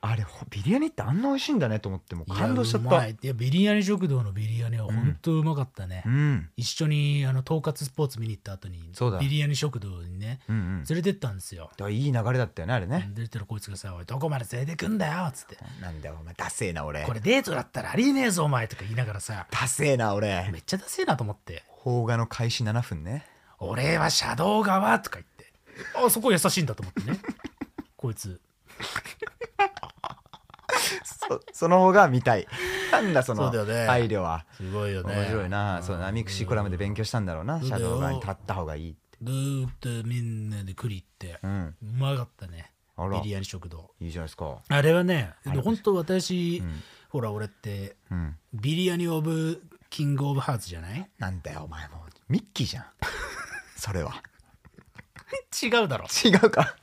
B: あれほビリヤニってあんな美味しいんだねと思ってもうい感動しちゃっ
A: いやう
B: た
A: まいいやビリヤニ食堂のビリヤニは本当うまかったね、
B: うん
A: 一緒にあの統括スポーツ見に行った後に
B: そうだ
A: ビリヤニ食堂にね
B: うんうんだ
A: 連れてったんですよ、
B: からいい流れだったよねあれね、
A: 出てるこいつがさ「おいどこまで連れてくんだよ」っつって
B: なんだよお前ダセえ
A: 「
B: な俺
A: これデートだったらありえねえぞお前」とか言いながらさ
B: ダセえな俺
A: めっちゃダセえなと思って
B: 邦画の開始7分ね
A: 「俺は車道側」とか言ってあそこ優しいんだと思ってね [laughs] こいつ
B: そその方が見たい [laughs] なんだその
A: そうだよね
B: 配慮は
A: すごいよね
B: 面白いな、そう
A: な
B: なミクシーコラムで勉強したんだろうな、
A: そう
B: シ
A: だ
B: ャ
A: よ
B: ドウ側に立った方がいいって
A: ずーっとみんなで栗行って
B: う
A: うんまかったね
B: あら
A: ビリヤニ食堂
B: いいじゃないですか
A: あれはね
B: あれ
A: 本当私、
B: ん
A: ほら俺って
B: うん
A: ビリヤニオブキングオブハーツじゃない
B: なんだよお前もうミッキーじゃんそれは
A: 違うだろ
B: 違うか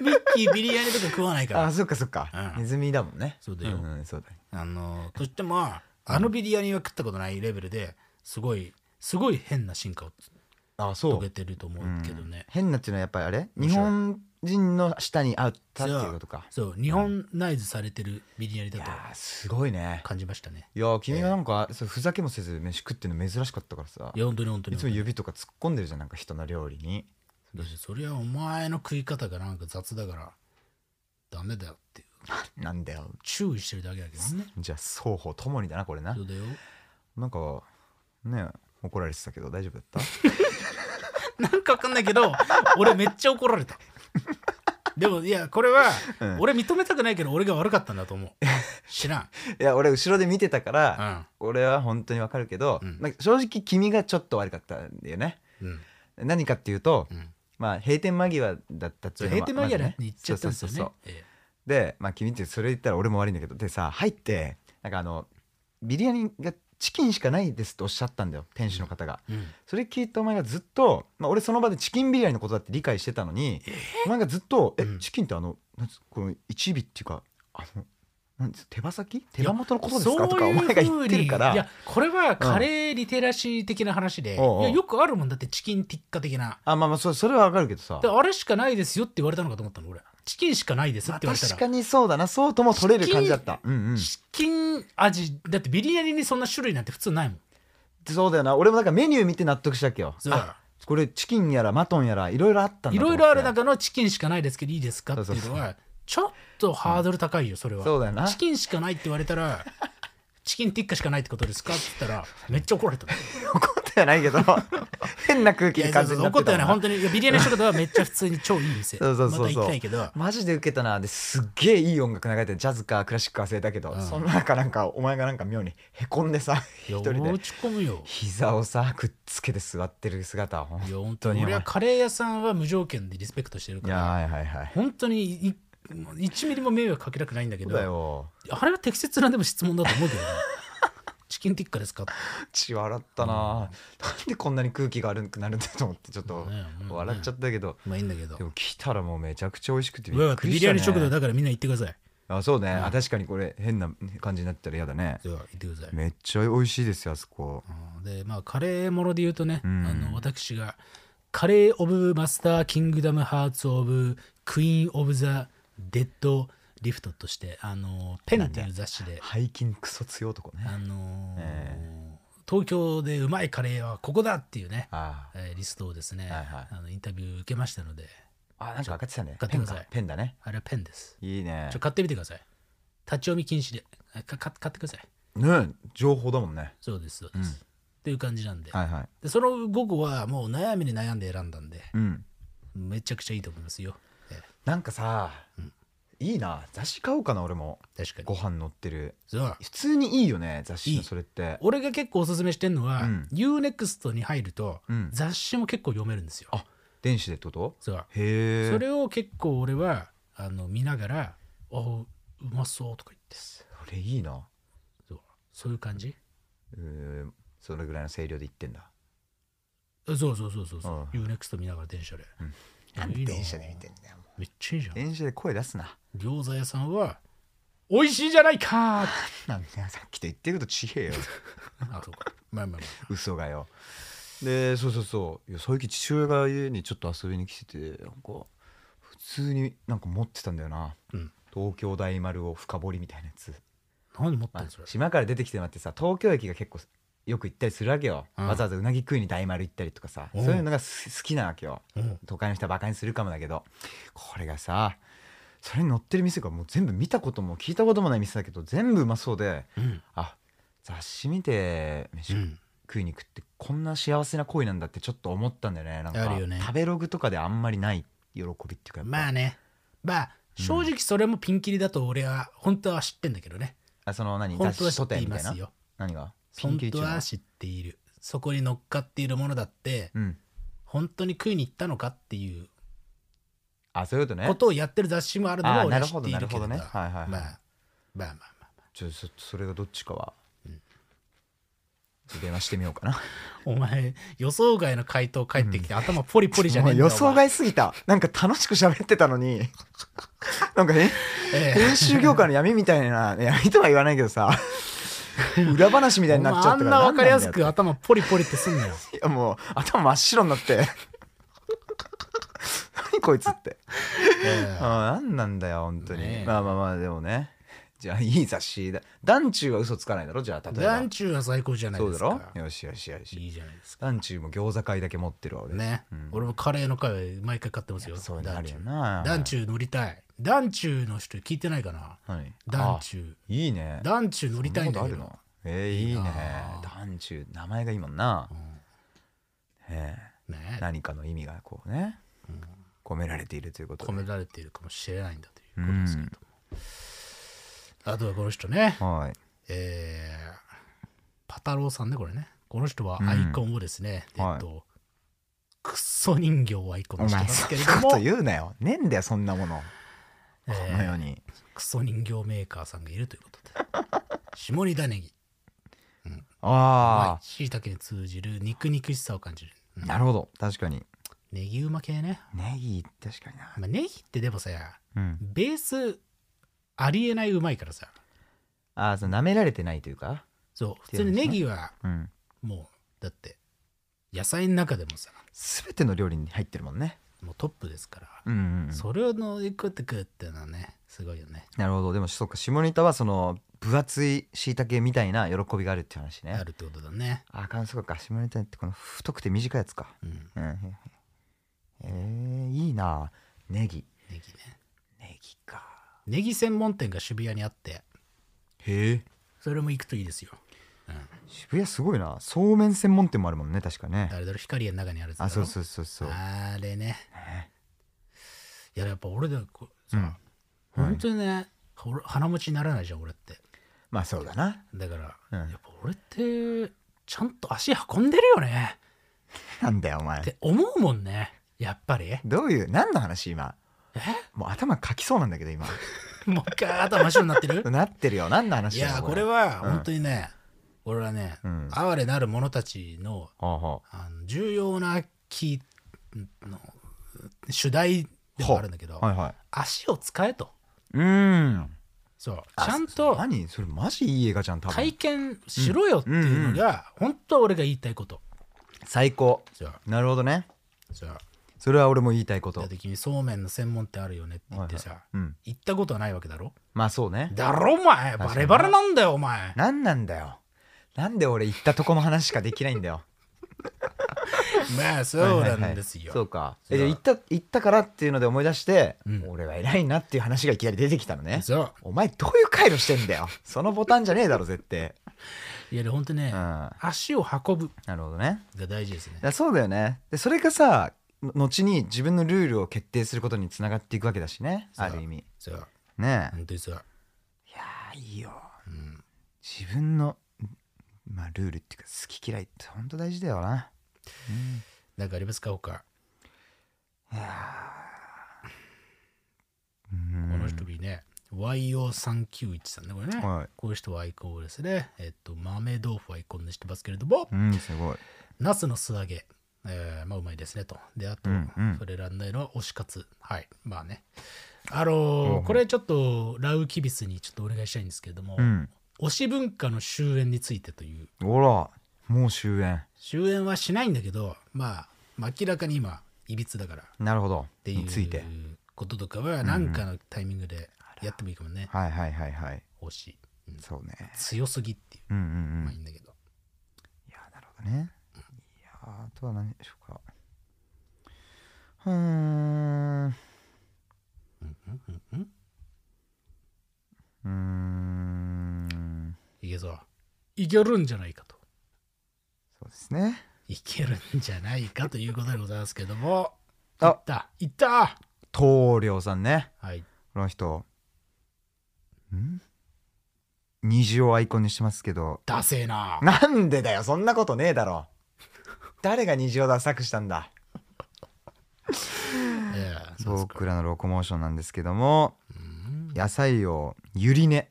A: ミッキービリヤニとか食わないか [laughs]
B: あ
A: ら
B: そっかそっか、
A: うん
B: ネズミだもんね
A: そうだよ
B: んんそうだね
A: あのとしてもあのビリヤニは食ったことないレベルですごいすごい変な進化を
B: あ
A: 遂
B: そう
A: げてると思
B: うん
A: うけどね、
B: 変なっていうのはやっぱりあれ
A: 面
B: 日
A: 白い
B: 本人の舌に合ったっていうことか
A: そう日本ナイズされてるビリヤニ
B: い
A: だと
B: やーすごいね
A: 感じましたね
B: いやー君がなんか、そうふざけもせず飯食ってんの珍しかったからさ
A: いや本当に本当に
B: いつも指とか突っ込んでるじゃんなんか人の料理に
A: だしそれはお前の食い方がなんか雑だからダメだよっていう
B: なんだよ
A: 注意してるだけだけどね
B: じゃあ双方ともにだなこれな
A: そうだよ
B: なんかね怒られてたけど大丈夫だった
A: なんかわかんないけど俺めっちゃ怒られたでもいやこれは、 [laughs]
B: うん
A: 俺認めたくないけど俺が悪かったんだと思う知らん、
B: [laughs] いや俺後ろで見てたから、
A: う
B: 俺は本当にわかるけど、
A: うん
B: なんか正直君がちょっと悪かったんだよね
A: んうん
B: 何かっていうと、
A: うん、
B: まあ閉店間際だったって
A: そ
B: いうう
A: 閉
B: の
A: 店間際
B: ま
A: に
B: ずね
A: 行っちゃったんです
B: そう
A: よ
B: そ
A: ね
B: うそうそう
A: え
B: でまあ君ってそれ言ったら俺も悪いんだけどでさ入ってなんかあのビリヤニがチキンしかないですっておっしゃったんだよ店主の方が、
A: えうん
B: それ聞いたお前がずっと、まあ、俺その場でチキンビリヤニのことだって理解してたのに、お前がずっと「え、
A: うん
B: チキンってあのなんつこの一尾っていうかあのなんつ手羽先手羽元のことですか?」とかお前が言ってる
A: そ
B: か
A: ういう風にい
B: ら
A: やこれはカレーリテラシー的な話で、
B: おうおう
A: いやよくあるもんだってチキンティッカ的な
B: あまあまあそそれはわかるけどさ
A: であれしかないですよって言われたのかと思ったの俺チキンしかないですって言われたら
B: 確かにそうだなそうとも取れる感じだった、うんうん、
A: チキン味だってビリヤニにそんな種類なんて普通ないもん
B: そうだよな俺もなんかメニュー見て納得したっけよ
A: そう
B: あこれチキンやらマトンやらいろいろあったんだ
A: い
B: と思
A: ろ
B: っ
A: い
B: て
A: ろある中のチキンしかないですけどいいですかっていう
B: そう
A: の
B: そうそ
A: はちょっとハードル高いよそれは
B: そうだよな
A: チキンしかないって言われたらチキンティッカしかないってことですかって言ったらめっちゃ怒られた
B: 怒ってはないけど [laughs] 変な空
A: い
B: 気
A: や
B: に
A: そう
B: 感
A: そ
B: じ
A: う
B: に
A: そう
B: なって
A: 怒ったたよね
B: もん
A: 本当にいやビリヤニの仕事はめっちゃ普通に超いい店
B: [laughs] そうそうそうそう
A: また行きたいけど
B: マジで受けたなですっげえいい音楽流れてるジャズかクラシックか忘れたけど、
A: うん
B: その中なんかお前がなんか妙にへこんでさ
A: い
B: 一
A: や
B: 人
A: 俺
B: で
A: 落ち込むよ
B: 膝をさくっつけて座ってる姿はほん
A: いや本
B: 当
A: 当
B: に
A: に俺はカレー屋さんは無条件でリスペクトしてる
B: い
A: か
B: や
A: ら
B: はいはいはい
A: 本当にいもう1ミリも迷惑かけたくないんだけ
B: そう
A: ど
B: だよ
A: あれは適切なでも質問だと思う
B: [laughs]
A: けどねチキンティッカですかって
B: 血笑ったな、なんでこんなに空気が悪くなるんだと思ってちょっと
A: ねえもう
B: 笑っちゃったけど、
A: まあいいんだけど
B: でも来たらもうめちゃくちゃ美味しくてび
A: うわ
B: っくり
A: ビリ
B: した、
A: ヤ
B: ね
A: ニ、食堂だからみんな行ってください
B: あそうね、
A: うん
B: あ確かにこれ変な感じになったら嫌だね
A: では行ってください
B: めっちゃ美味しいですよあそこ
A: うんでまあカレーもので言うとね、
B: うん
A: あの私がカレー・オブ・マスター・キングダム・ハーツ・オブ・クイーン・オブ・ザ・デッド・リフトとしてあのペナという雑誌で、
B: 背筋クソ強い男ね
A: あのー
B: え
A: 東京でうまいカレーはここだっていうね、
B: あー
A: えーリストをですね、
B: はいはい
A: あのインタビュー受けましたので
B: あなんか赤ってたね
A: 買って
B: ペン
A: ください
B: かペンだね
A: あれはペンです
B: いいね
A: ちょ買ってみてください立ち読み禁止であかか買ってください
B: ね情報だもんね
A: そうですそうです、
B: うん
A: っていう感じなんで
B: はいはい
A: でその午後はもう悩みに悩んで選んだんで
B: うん
A: めちゃくちゃいいと思いますよ、え
B: なんかさ、
A: ん
B: いいな雑誌買おうかな俺も
A: え確か
B: ご
A: に
B: 飯載ってる
A: そう
B: 普通にいいよね雑誌
A: い
B: の
A: い
B: それって
A: 俺が結構おすすめしてるのは、
B: うん
A: UNEXT に入ると、
B: うん
A: 雑誌も結構読めるんですよ
B: あ電子でってこと
A: そう
B: へえ
A: それを結構俺はあの見ながら「あうまそう」とか言って
B: それいいな
A: そうそういう感じ
B: うーんそれぐらいの声量で言ってんだ
A: そうそうそうそうそううん UNEXT 見ながら電車で、
B: うん
A: いやいいな
B: んだよ
A: めっちゃいいじゃん
B: 電車で声出すな
A: 餃子屋さんは美味しいじゃないか
B: なんだよさっきと言ってることちげえ [laughs] よ
A: あそうかまあまあまあ
B: 嘘がよでそうそうそういや最近父親が家にちょっと遊びに来ててなんか普通になんか持ってたんだよな、
A: うん
B: 東京大丸を深掘りみたいなやつ、
A: 何持って
B: ま
A: ん
B: あ
A: のそれ、
B: 島から出てきてもらってさ東京駅が結構よく行ったりするわけよ、
A: うん
B: わざわざうなぎ食いに大丸行ったりとかさ、
A: うん
B: そういうのがす好きなわけよ
A: うん
B: 都会の人はバカにするかもだけどこれがさそれに載ってる店がもう全部見たことも聞いたこともない店だけど全部うまそうで
A: うん
B: あ雑誌見て飯
A: うん
B: 食いに行くってこんな幸せな行為なんだってちょっと思ったんだよねなんか
A: あるよね
B: 食べログとかであんまりない喜びっていうかやっぱ
A: まあねまあ正直それもピンキリだと俺は本当は知ってんだけどね、
B: あその何
A: 本
B: 雑
A: 当は
B: 誌
A: 知
B: 書
A: って
B: 店
A: い
B: み
A: ま
B: たい
A: す
B: な
A: よ
B: 何がピン
A: 本
B: キリっ
A: 当
B: ていうの
A: は知っているそこに乗っかっているものだって
B: うん
A: 本当に食いに行ったのかっていう
B: あそういうことね
A: ことをやってる雑誌もあるの
B: あ
A: は
B: ー
A: 俺
B: な
A: は
B: る
A: 知
B: ほ
A: って
B: ど
A: い
B: な
A: る
B: る
A: け
B: ほ
A: ど
B: どね
A: まあ
B: はいはい
A: ま
B: はい
A: あまあまあまあ
B: ちょっとそれがどっちかは、と電話してみよ
A: [laughs]
B: うかな
A: お前予想外の回答返ってきて、頭ポリポリじゃねえんだ
B: [laughs] もう
A: よ
B: 予想外すぎたなんか楽しく喋ってたの
A: [laughs]
B: になんかね
A: お前ええ
B: 編集業界の闇みたいな闇とは言わないけど
A: [laughs]
B: さ裏話みたいになっちゃ
A: あ
B: っ
A: ん
B: たから
A: な分かりやす
B: 何
A: く
B: なんだよ
A: 頭ポリポリってすん
B: [laughs]
A: なよ
B: いやもう頭真っ白になって何こいつって
A: ええ
B: あ何なんだよ本当に、
A: ねえ
B: まあまあまあでもねじゃあいい雑誌だ団中は嘘つかないだろじゃあ例えば
A: 団中は最高じゃない
B: そう
A: で
B: だ
A: すか
B: ろよしよしよし
A: いいじゃないですか
B: 団中も餃子会だけ持ってるわ俺
A: ね、
B: うん
A: 俺もカレーの会毎回買ってますよ
B: そういうのあ
A: 団
B: る
A: 中
B: よな
A: 団中乗りたい団中の人聞いてないかな
B: はい
A: 団中
B: あいいね
A: 団中乗りたいんだけ
B: そ
A: ど
B: なことあるのえー、いいね
A: あー
B: 団中名前がいいもんな、え
A: ね
B: え何かの意味がこうね、込められているということで
A: 込められているかもしれないんだということですけども、あとはこの人ね
B: はい
A: えーパタローさんねこれねこの人はアイコンをですね、
B: うん
A: えっと、クソ人形をアイコン
B: お
A: にして
B: 前
A: ます
B: そ
A: け
B: ん
A: れ
B: な
A: ど
B: こ
A: も
B: と言うなよねえんだよそんなもの
A: え
B: こ
A: ー
B: の世に、
A: クソ人形メーカーさんがいるということで
B: [laughs]
A: 下仁田ネギ
B: あ
A: しいたけに通じる肉肉しさを感じる、う
B: あ
A: ん
B: なるほど確かに
A: ネギうま系ね、
B: ネギ確かにな
A: まあ、ネギってでもさ
B: うん
A: ベースありえないうまいからさ
B: ああその舐められてないというか
A: そう普通にネギは
B: うん
A: もうだって野菜の中でもさ
B: 全ての料理に入ってるもんね
A: もうトップですから、
B: うんうんうん
A: それを乗り越えてくっていうのはねすごいよね
B: なるほどでもそっか下ネタはその分厚い椎茸みたいな喜びがあるって話ね
A: あるってことだね、
B: ああかんそうか下ネタってこの太くて短いやつか
A: うん、
B: うんうんうんえー、いいなネギ
A: ネギね
B: ネギか
A: ネギ専門店が渋谷にあって
B: へえ
A: それも行くといいですよ、うん、
B: 渋谷すごいなそうめん専門店もあるもんね確かね
A: 誰だろ光の中にあるやつだろ
B: あそうそうそうそう
A: あれね
B: ね
A: いややっぱ俺だこう
B: う
A: さ、
B: んはい
A: 本当にね俺鼻持ちにならないじゃん俺って
B: まあそうだな
A: だから、
B: うん
A: やっぱ俺ってちゃんと足運んでるよね
B: なんだよお前
A: って思うもんねやっぱり
B: どういう何の話今
A: え
B: もう頭かきそうなんだけど今
A: もう一回頭真っ白になって
B: [laughs]
A: る
B: なってるよ何の話
A: い
B: だよ
A: やこれは本当にね、俺はね、
B: うん
A: 哀れなる者たちの
B: ほうほ
A: あの重要なキーの主題でもあるんだけど、
B: うはいはい
A: 足を使えと
B: うーん
A: そうち
B: あ
A: ゃん
B: そ
A: と
B: 何それマジいい映画じゃん多
A: 体
B: 分
A: 験しろよっていうのが、本当俺が言いたいこと
B: 最高
A: じゃあ
B: なるほどね
A: じゃあ
B: それは俺も言いたいこと
A: だって君そうめんの専門店あるよねって言ってさ、
B: うん
A: 行ったことはないわけだろ
B: まあそうね
A: だろお前
B: かに
A: バレバレなんだよお前
B: 何なんだよなんで俺行ったとこの話しかできないんだよ
A: まあ [laughs] そうな
B: はいはいは
A: ん
B: い
A: ですよ、
B: そうか
A: そう
B: えじゃあ行った行ったからっていうので思い出して、
A: うん
B: 俺は偉いなっていう話がいきなり出てきたのね
A: そう
B: お前どういう回路してんだよそのボタンじゃねえだろ絶
A: [laughs]
B: 対
A: いやで本当ね、
B: うんな
A: 足を運ぶ
B: るほどね
A: が大事ですね
B: いやそうだよねでそれがさの後に自分のルールを決定することにつながっていくわけだしね
A: そう
B: ある意味
A: そう
B: ねえ
A: 本当にそう、
B: いやーいいよ
A: うん、
B: 自分のまあルールっていうか好き嫌いって本当大事だよな、
A: なんかありますか他
B: うん、いやーうん
A: この人にね、YO391 さんねこれね、
B: はい
A: こういう人はアイコンをですねえっと豆豆腐をアイコンにしてますけれども、
B: うんすごい
A: ナスの素揚げ、えーまあうまいですねと。で、あと、
B: うんうん
A: それらんないのは推し活。はい、まあね。あのー
B: うん
A: これちょっとラウキビスにちょっとお願いしたいんですけれども、
B: うん
A: 推し文化の終焉についてという、
B: ほらもう終焉
A: 終焉はしないんだけど、まあ、まあ明らかに今、いびつだからっ
B: なるほど
A: ていう
B: について
A: こととかは、なんかのタイミングでやってもいいかもね、
B: はいはいはいはい
A: 推し。うん
B: そうね
A: 強すぎっていう、
B: うんうんうん
A: まあいいんだけど。
B: いやなるほどね。いやあとは何でしょうか。うーん。うーん。
A: いけそう。いけるんじゃないかと。
B: そうですね。
A: いけるんじゃないかということでございますけども。
B: あ
A: いったいった
B: 棟梁さんね。
A: はい。
B: この人。ん虹をアイコンにしてますけど。
A: ダセーな。
B: なんでだよ、そんなことねえだろ。誰が虹をダサくしたんだ。
A: ええそうですか
B: 僕らのロコモーションなんですけども、
A: うん
B: 野菜をゆりね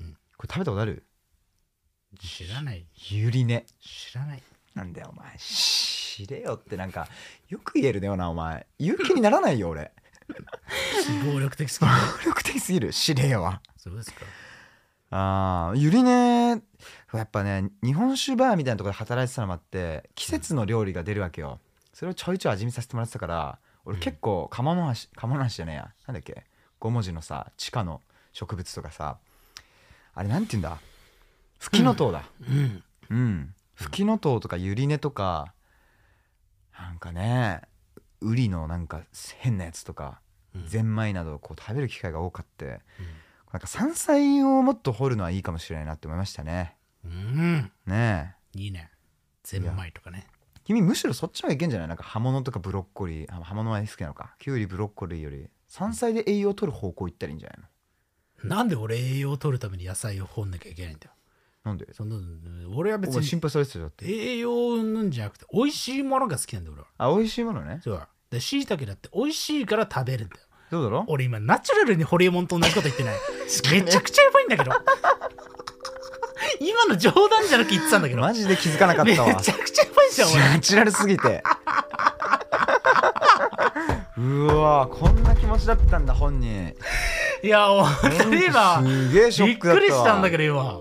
A: うん。
B: これ食べたことある
A: 知らない
B: ゆりね
A: 知らない
B: なんだよお前知れよってなんかよく言えるねよなお前言う気にならないよ [laughs] 俺
A: 暴力的すぎ
B: 暴
A: る
B: 力的すぎる知れよは
A: そうですか
B: あーゆりねやっぱね日本酒バーみたいなところで働いてたのもあって季節の料理が出るわけよそれをちょいちょい味見させてもらってたから俺結構釜の橋釜の橋じゃねえやなんだっけ5文字のさ地下の植物とかさあれなんて言うんだフキノトウだ、
A: うん
B: うん。フキノトウとかユリネとか、なんかね、ウリのなんか変なやつとか、
A: うん
B: ゼンマイなどをこう食べる機会が多かって、なんか山菜をもっと掘るのはいいかもしれないなって思いましたね。
A: うん
B: ねえ。
A: いいねゼンマイとかね
B: 君むしろそっちの方がいけんじゃないなんか葉物とかブロッコリー、あ葉物は好きなのか。キュウリ、ブロッコリーより、山菜で栄養を取る方向行ったらいいんじゃないの
A: なんで俺栄養を取るために野菜を掘んなきゃいけないんだよ
B: なんで
A: その俺は別
B: お前心
A: に
B: 配されてたよだって。
A: 栄養なんじゃなくて美味しいものが好きなんだよ俺は
B: あ、美味しいものね。
A: そうで椎茸だって美味しいから食べるんだよ
B: どうだろう
A: 俺今ナチュラルにホリエモンと同じこと言ってないめちゃくちゃやばいんだけど今の冗談じゃなく言ってたんだけど
B: マジで気づかなかっ
A: めち [laughs]
B: たわ。
A: ゃくちゃやばいじゃん俺
B: ナチュラルすぎてうわこんな気持ちだったんだ本人
A: いや本当に今
B: すげえショ
A: び
B: ッ
A: っ
B: クだっ
A: く
B: たわ
A: りしたんだけど今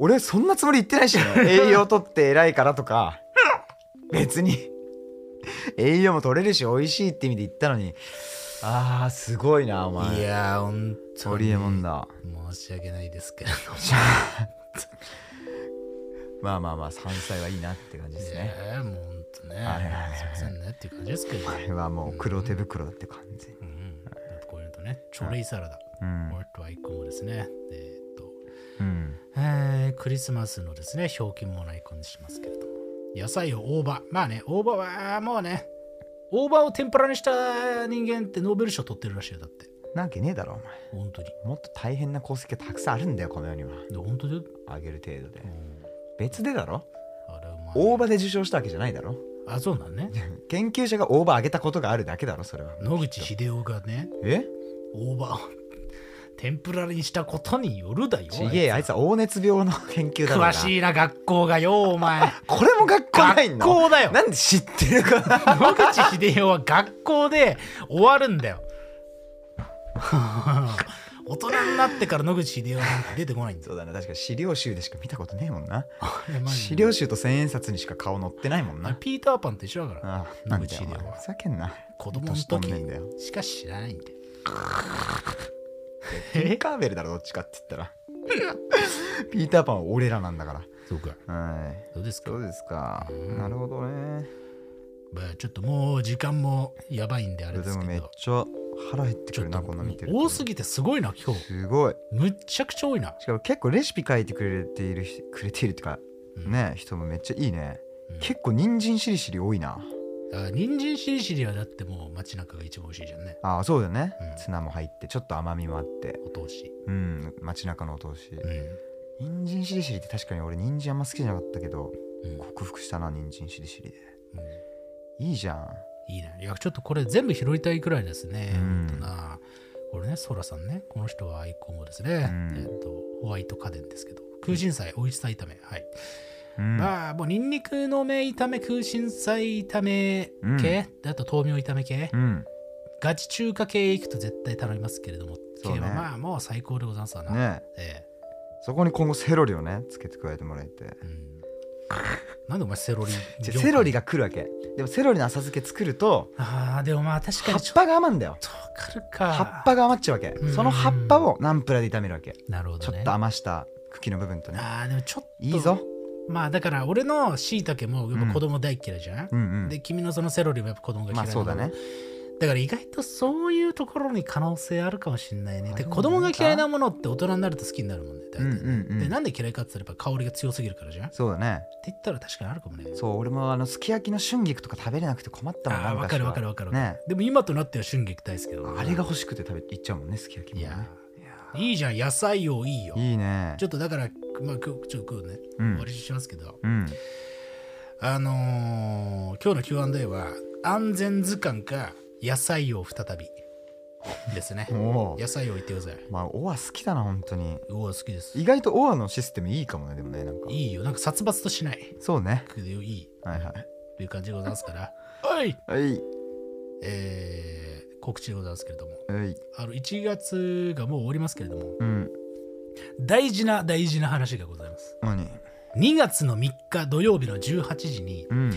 B: 俺そんなつもり言ってないしね栄養取って偉いからとか別に栄養も取れるし美味しいって意味で言ったのにあーすごいなお
A: い
B: 前
A: や本当に
B: ホリエモンだ
A: 申し訳ないですけれども
B: まあまあまあ山菜はいいなって感じですね
A: いやもう本当ね
B: はいはいはいはい
A: すいませんねっていう感じですけど、
B: これはもう黒手袋だって感じ
A: うん、やっぱこういうのとねチョレイサラダ、
B: うん
A: これとアイコンもですねえーっと
B: うん
A: えークリスマスのですね、表記もアイコンにしますけれども。野菜を大葉。まあね、大葉はもうね、大葉を天ぷらにした人間ってノーベル賞取ってるらしいよ、だって。
B: なわけねえだろお前
A: 本当に。で
B: もっと大変な功績がたくさんあるんだよこの世には
A: 本当だよ。
B: あげる程度で
A: うん
B: 別でだろ
A: あれうまい
B: 大葉で受賞したわけじゃないだろ
A: あ、そうなんね。
B: 研究者が大葉あげたことがあるだけだろそれは
A: 野口英世がね、
B: え
A: 大葉を [laughs] 天ぷらにしたことによるだよ。
B: ちげえあいつは黄熱病の研究だろうな
A: 詳しいな、学校がよ、お
B: [laughs]
A: 前。
B: これも学校ない
A: 学
B: の
A: 校だよ。
B: なんで知ってるかな
A: 野口英世は学校で終わるん
B: [laughs]
A: だよ大人になってから野口英世なんて出てこないん
B: [laughs]
A: だよ
B: そうだな確か資料集でしか見たことねえもんな
A: マジで
B: 資料集と千円札にしか顔載ってないもんな
A: ピーターパンと一緒だから
B: ああなんだよ
A: 無口で
B: お前ふざけんな
A: 子供の
B: 年取ん
A: 時
B: ねえんだよ
A: しか知らないんだよ
B: ピーカーベルだろどっちかって言ったら
A: [laughs]
B: ピーターパンは俺らなんだか
A: そうから
B: はい
A: どうですか
B: そうですか
A: うん
B: なるほどね
A: まあちょっともう時間もやばいんであれ
B: で
A: です
B: も
A: け
B: めっ
A: ど
B: ちゃ腹減って
A: ち
B: く
A: ょ
B: る
A: っ
B: な
A: と
B: こんな
A: もう
B: 見てると
A: 多すぎてすごいな今日
B: すごい
A: むっちゃくちゃ多いな、
B: しかも結構レシピ書いてくれている人くれているっていうか
A: うん
B: ね人もめっちゃいいね
A: うん
B: 結構人参しりしり多いな
A: あ人参しりしりはだってもう街中が一番美味しいじゃんね
B: ああそうだね
A: うん
B: ツナも入ってちょっと甘みもあって
A: お通し、
B: うん街中のお通し
A: うん
B: 人参しりしりって確かに俺人参あんま好きじゃなかったけど
A: うん
B: 克服したな人参しりしりで
A: うん
B: いいじゃん
A: いいね。いや、ちょっとこれ全部拾いたいくらいですね。
B: うん
A: 本当な。これね、ソラさんね、この人はアイコンをですね、
B: ん
A: えっと、ホワイト家電ですけど、空心菜、おいしさ炒め。はい。
B: うん
A: まあ、もう、ニンニクの芽炒め、空心菜炒め
B: うん
A: 系、であと豆苗炒め系、
B: うん
A: ガチ中華系行くと絶対頼みますけれども、
B: そうね
A: 系はまあ、もう最高でございますわな。
B: ね
A: え
B: そこに今後セロリをねつけて加えてもらえて
A: えうんなんでお前セロリ
B: じ [laughs] ゃあセロリ
A: が。
B: が来るわけでもセロリの浅漬け作ると
A: ああ、でもまあ確か
B: 葉
A: に
B: っ
A: ちょっ
B: ぱが余るんだよ
A: とわかるか。
B: 葉っぱが余っちゃうわけ
A: うん
B: その葉っぱをナンプラーで炒めるわけ
A: なるほ
B: ちょ
A: どね。
B: っと余した茎の部分とね
A: ああ、でもちょっと。
B: いいぞ
A: まあだから俺のしいたけもやっぱ子供大っ嫌いじゃん、
B: うんうん
A: で君のそのセロリもやっぱ子供が
B: ま
A: 嫌い
B: あ
A: な
B: そ
A: の
B: うだね
A: だから意外とそういうところに可能性あるかもしれないね
B: あ
A: で
B: るんじゃない
A: 子供が嫌いなものって大人になると好きになるもんね大
B: うん
A: 体
B: う
A: ね
B: んう
A: で
B: ん
A: なんで嫌いかって言ったらやっぱ香りが強すぎるからじゃんって
B: そうだね
A: 言ったら確かにあるかもね
B: そう俺もあのすき焼きの春菊とか食べれなくて困ったもん
A: ああ分かる分かる
B: わ
A: 分かる、
B: ね
A: でも今となっては春菊大好きだ
B: あれが欲しくて食べ行っちゃうもんねすき焼き
A: い
B: もね
A: や
B: いや
A: いいじゃん野菜をいいよ
B: いいね
A: ちょっとだからまあ今日ちょっとこうね
B: う
A: 終
B: ん
A: わりにしますけど、
B: うん
A: あのー今日の Q&A は安全図鑑か野菜を再びですね
B: おー
A: 野菜置いてください
B: まあオア好きだな本当に
A: うわ好きです
B: 意外とオアのシステムいいかもねでもねなんか
A: いいよなんか殺伐としない
B: そうね
A: くでいい
B: はいはい
A: という感じでございますからはい
B: はい
A: えー、告知でございますけれども
B: はい
A: あの1月がもう終わりますけれども
B: うん
A: 大事な大事な話がございます
B: 何
A: 2月の3日土曜日の18時に
B: うん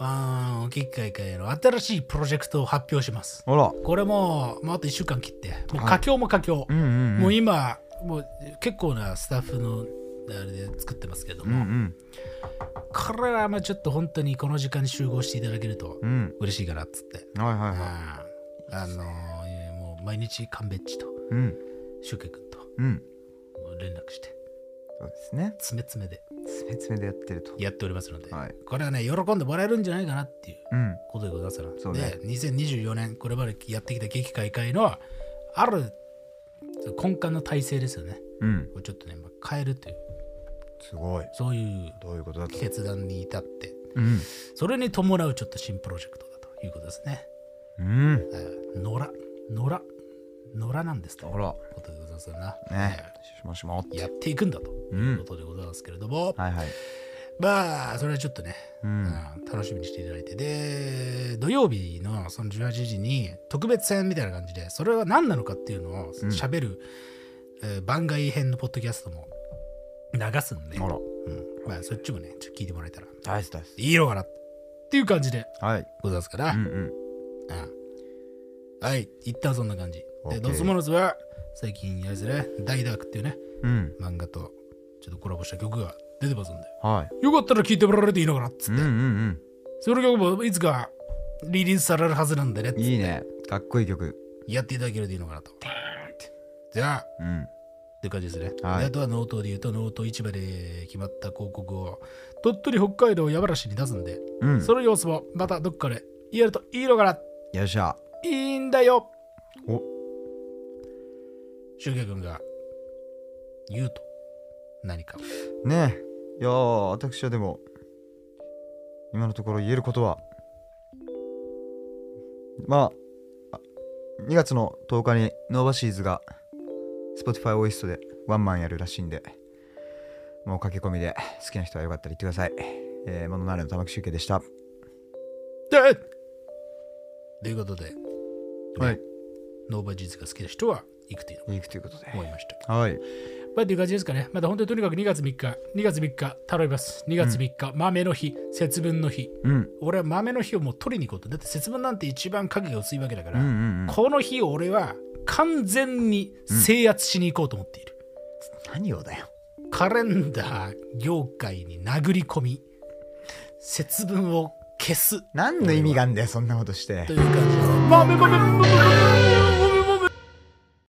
A: あー機械会の新しいプロジェクトを発表します
B: あら
A: これもうもうあと1週間切ってもう
B: はい
A: 佳境も佳境、
B: うんうんん
A: もう今もう結構なスタッフのあれで作ってますけど
B: うんう
A: も、
B: ん
A: これはまあちょっと本当にこの時間に集合していただけると
B: うん
A: 嬉しいかなっつって、
B: はいはいはい
A: あーあのーもう毎日勘弁っちと
B: うん
A: シュウケ君と
B: うん
A: 連絡して
B: そうですね
A: つめつめで
B: つめつめでやってると
A: やっておりますので、
B: はい
A: これはね喜んでもらえるんじゃないかなっていう
B: うん
A: ことでございますな
B: そうね
A: で2024年これまでやってきた劇界会のある根幹の体制ですよね
B: うん
A: をちょっとね、まあ、変えるという
B: すごい
A: そういう
B: どういうことだと
A: 決断に至って
B: うん
A: それに伴うちょっと新プロジェクトだということですね。
B: うん
A: はい野良野良野良なんですと
B: あら
A: ことでございますな。
B: ねしましま
A: やっていくんだと
B: う
A: いうんことでございますけれども、
B: はいはい
A: まあそれはちょっとね、
B: うん
A: うん楽しみにしていただいてで土曜日のその18時に特別編みたいな感じでそれは何なのかっていうのを喋る、えー番外編のポッドキャストも流すんで、
B: あら
A: うんまあ、そっちもねちょっと聞いてもらえたら
B: 大事です
A: いいのかなっていう感じで
B: はい
A: ございますから。
B: うんうん
A: うんはい、一旦そんな感じ。で、
B: OK
A: ドスモノズは最近やるね、ダイダークっていうね、
B: うん
A: 漫画とちょっとコラボした曲が出てますんで、
B: はい
A: よかったら聴いてもらえるといいのかなっつっ
B: うん
A: て、
B: うん
A: その曲もいつかリリースされるはずなんでねっつっ
B: うん
A: て
B: いいねかっこいい曲
A: やっていただけるといいのかなと。じゃあ、っ
B: うん
A: ていう感じですね。
B: はい
A: であとはノートで言うと、ノート市場で決まった広告を鳥取、北海道、山梨に出すんで、
B: うん
A: その様子もまたどっかで言えるといいのかな。
B: よっしゃ
A: いいんだよ
B: お
A: シュウケ君が言うと何か
B: ねえいやー私はでも今のところ言えることはまああ2月の10日にノーバシーズが Spotify オイストでワンマンやるらしいんでもう駆け込みで好きな人はよかったら行ってください、えー、モノナーレの玉木集計でした
A: でということで、
B: はい
A: ノーバージーズが好きな人は行くというのも
B: 行くということで
A: 思いました
B: はい
A: まあという感じですかねまだ本当にとにかく2月3日2月3日頼みます2月3日、豆の日節分の日
B: うん
A: 俺は豆の日をもう取りに行こうとだって節分なんて一番影が薄いわけだか
B: うんう
A: ら、
B: んうん
A: この日を俺は完全に制圧しに行こうと思っている、
B: 何をだよ
A: カレンダー業界に殴り込み節分を消す
B: 何の意味があんだよそんなことして
A: という感じです。まあめまめまめまめ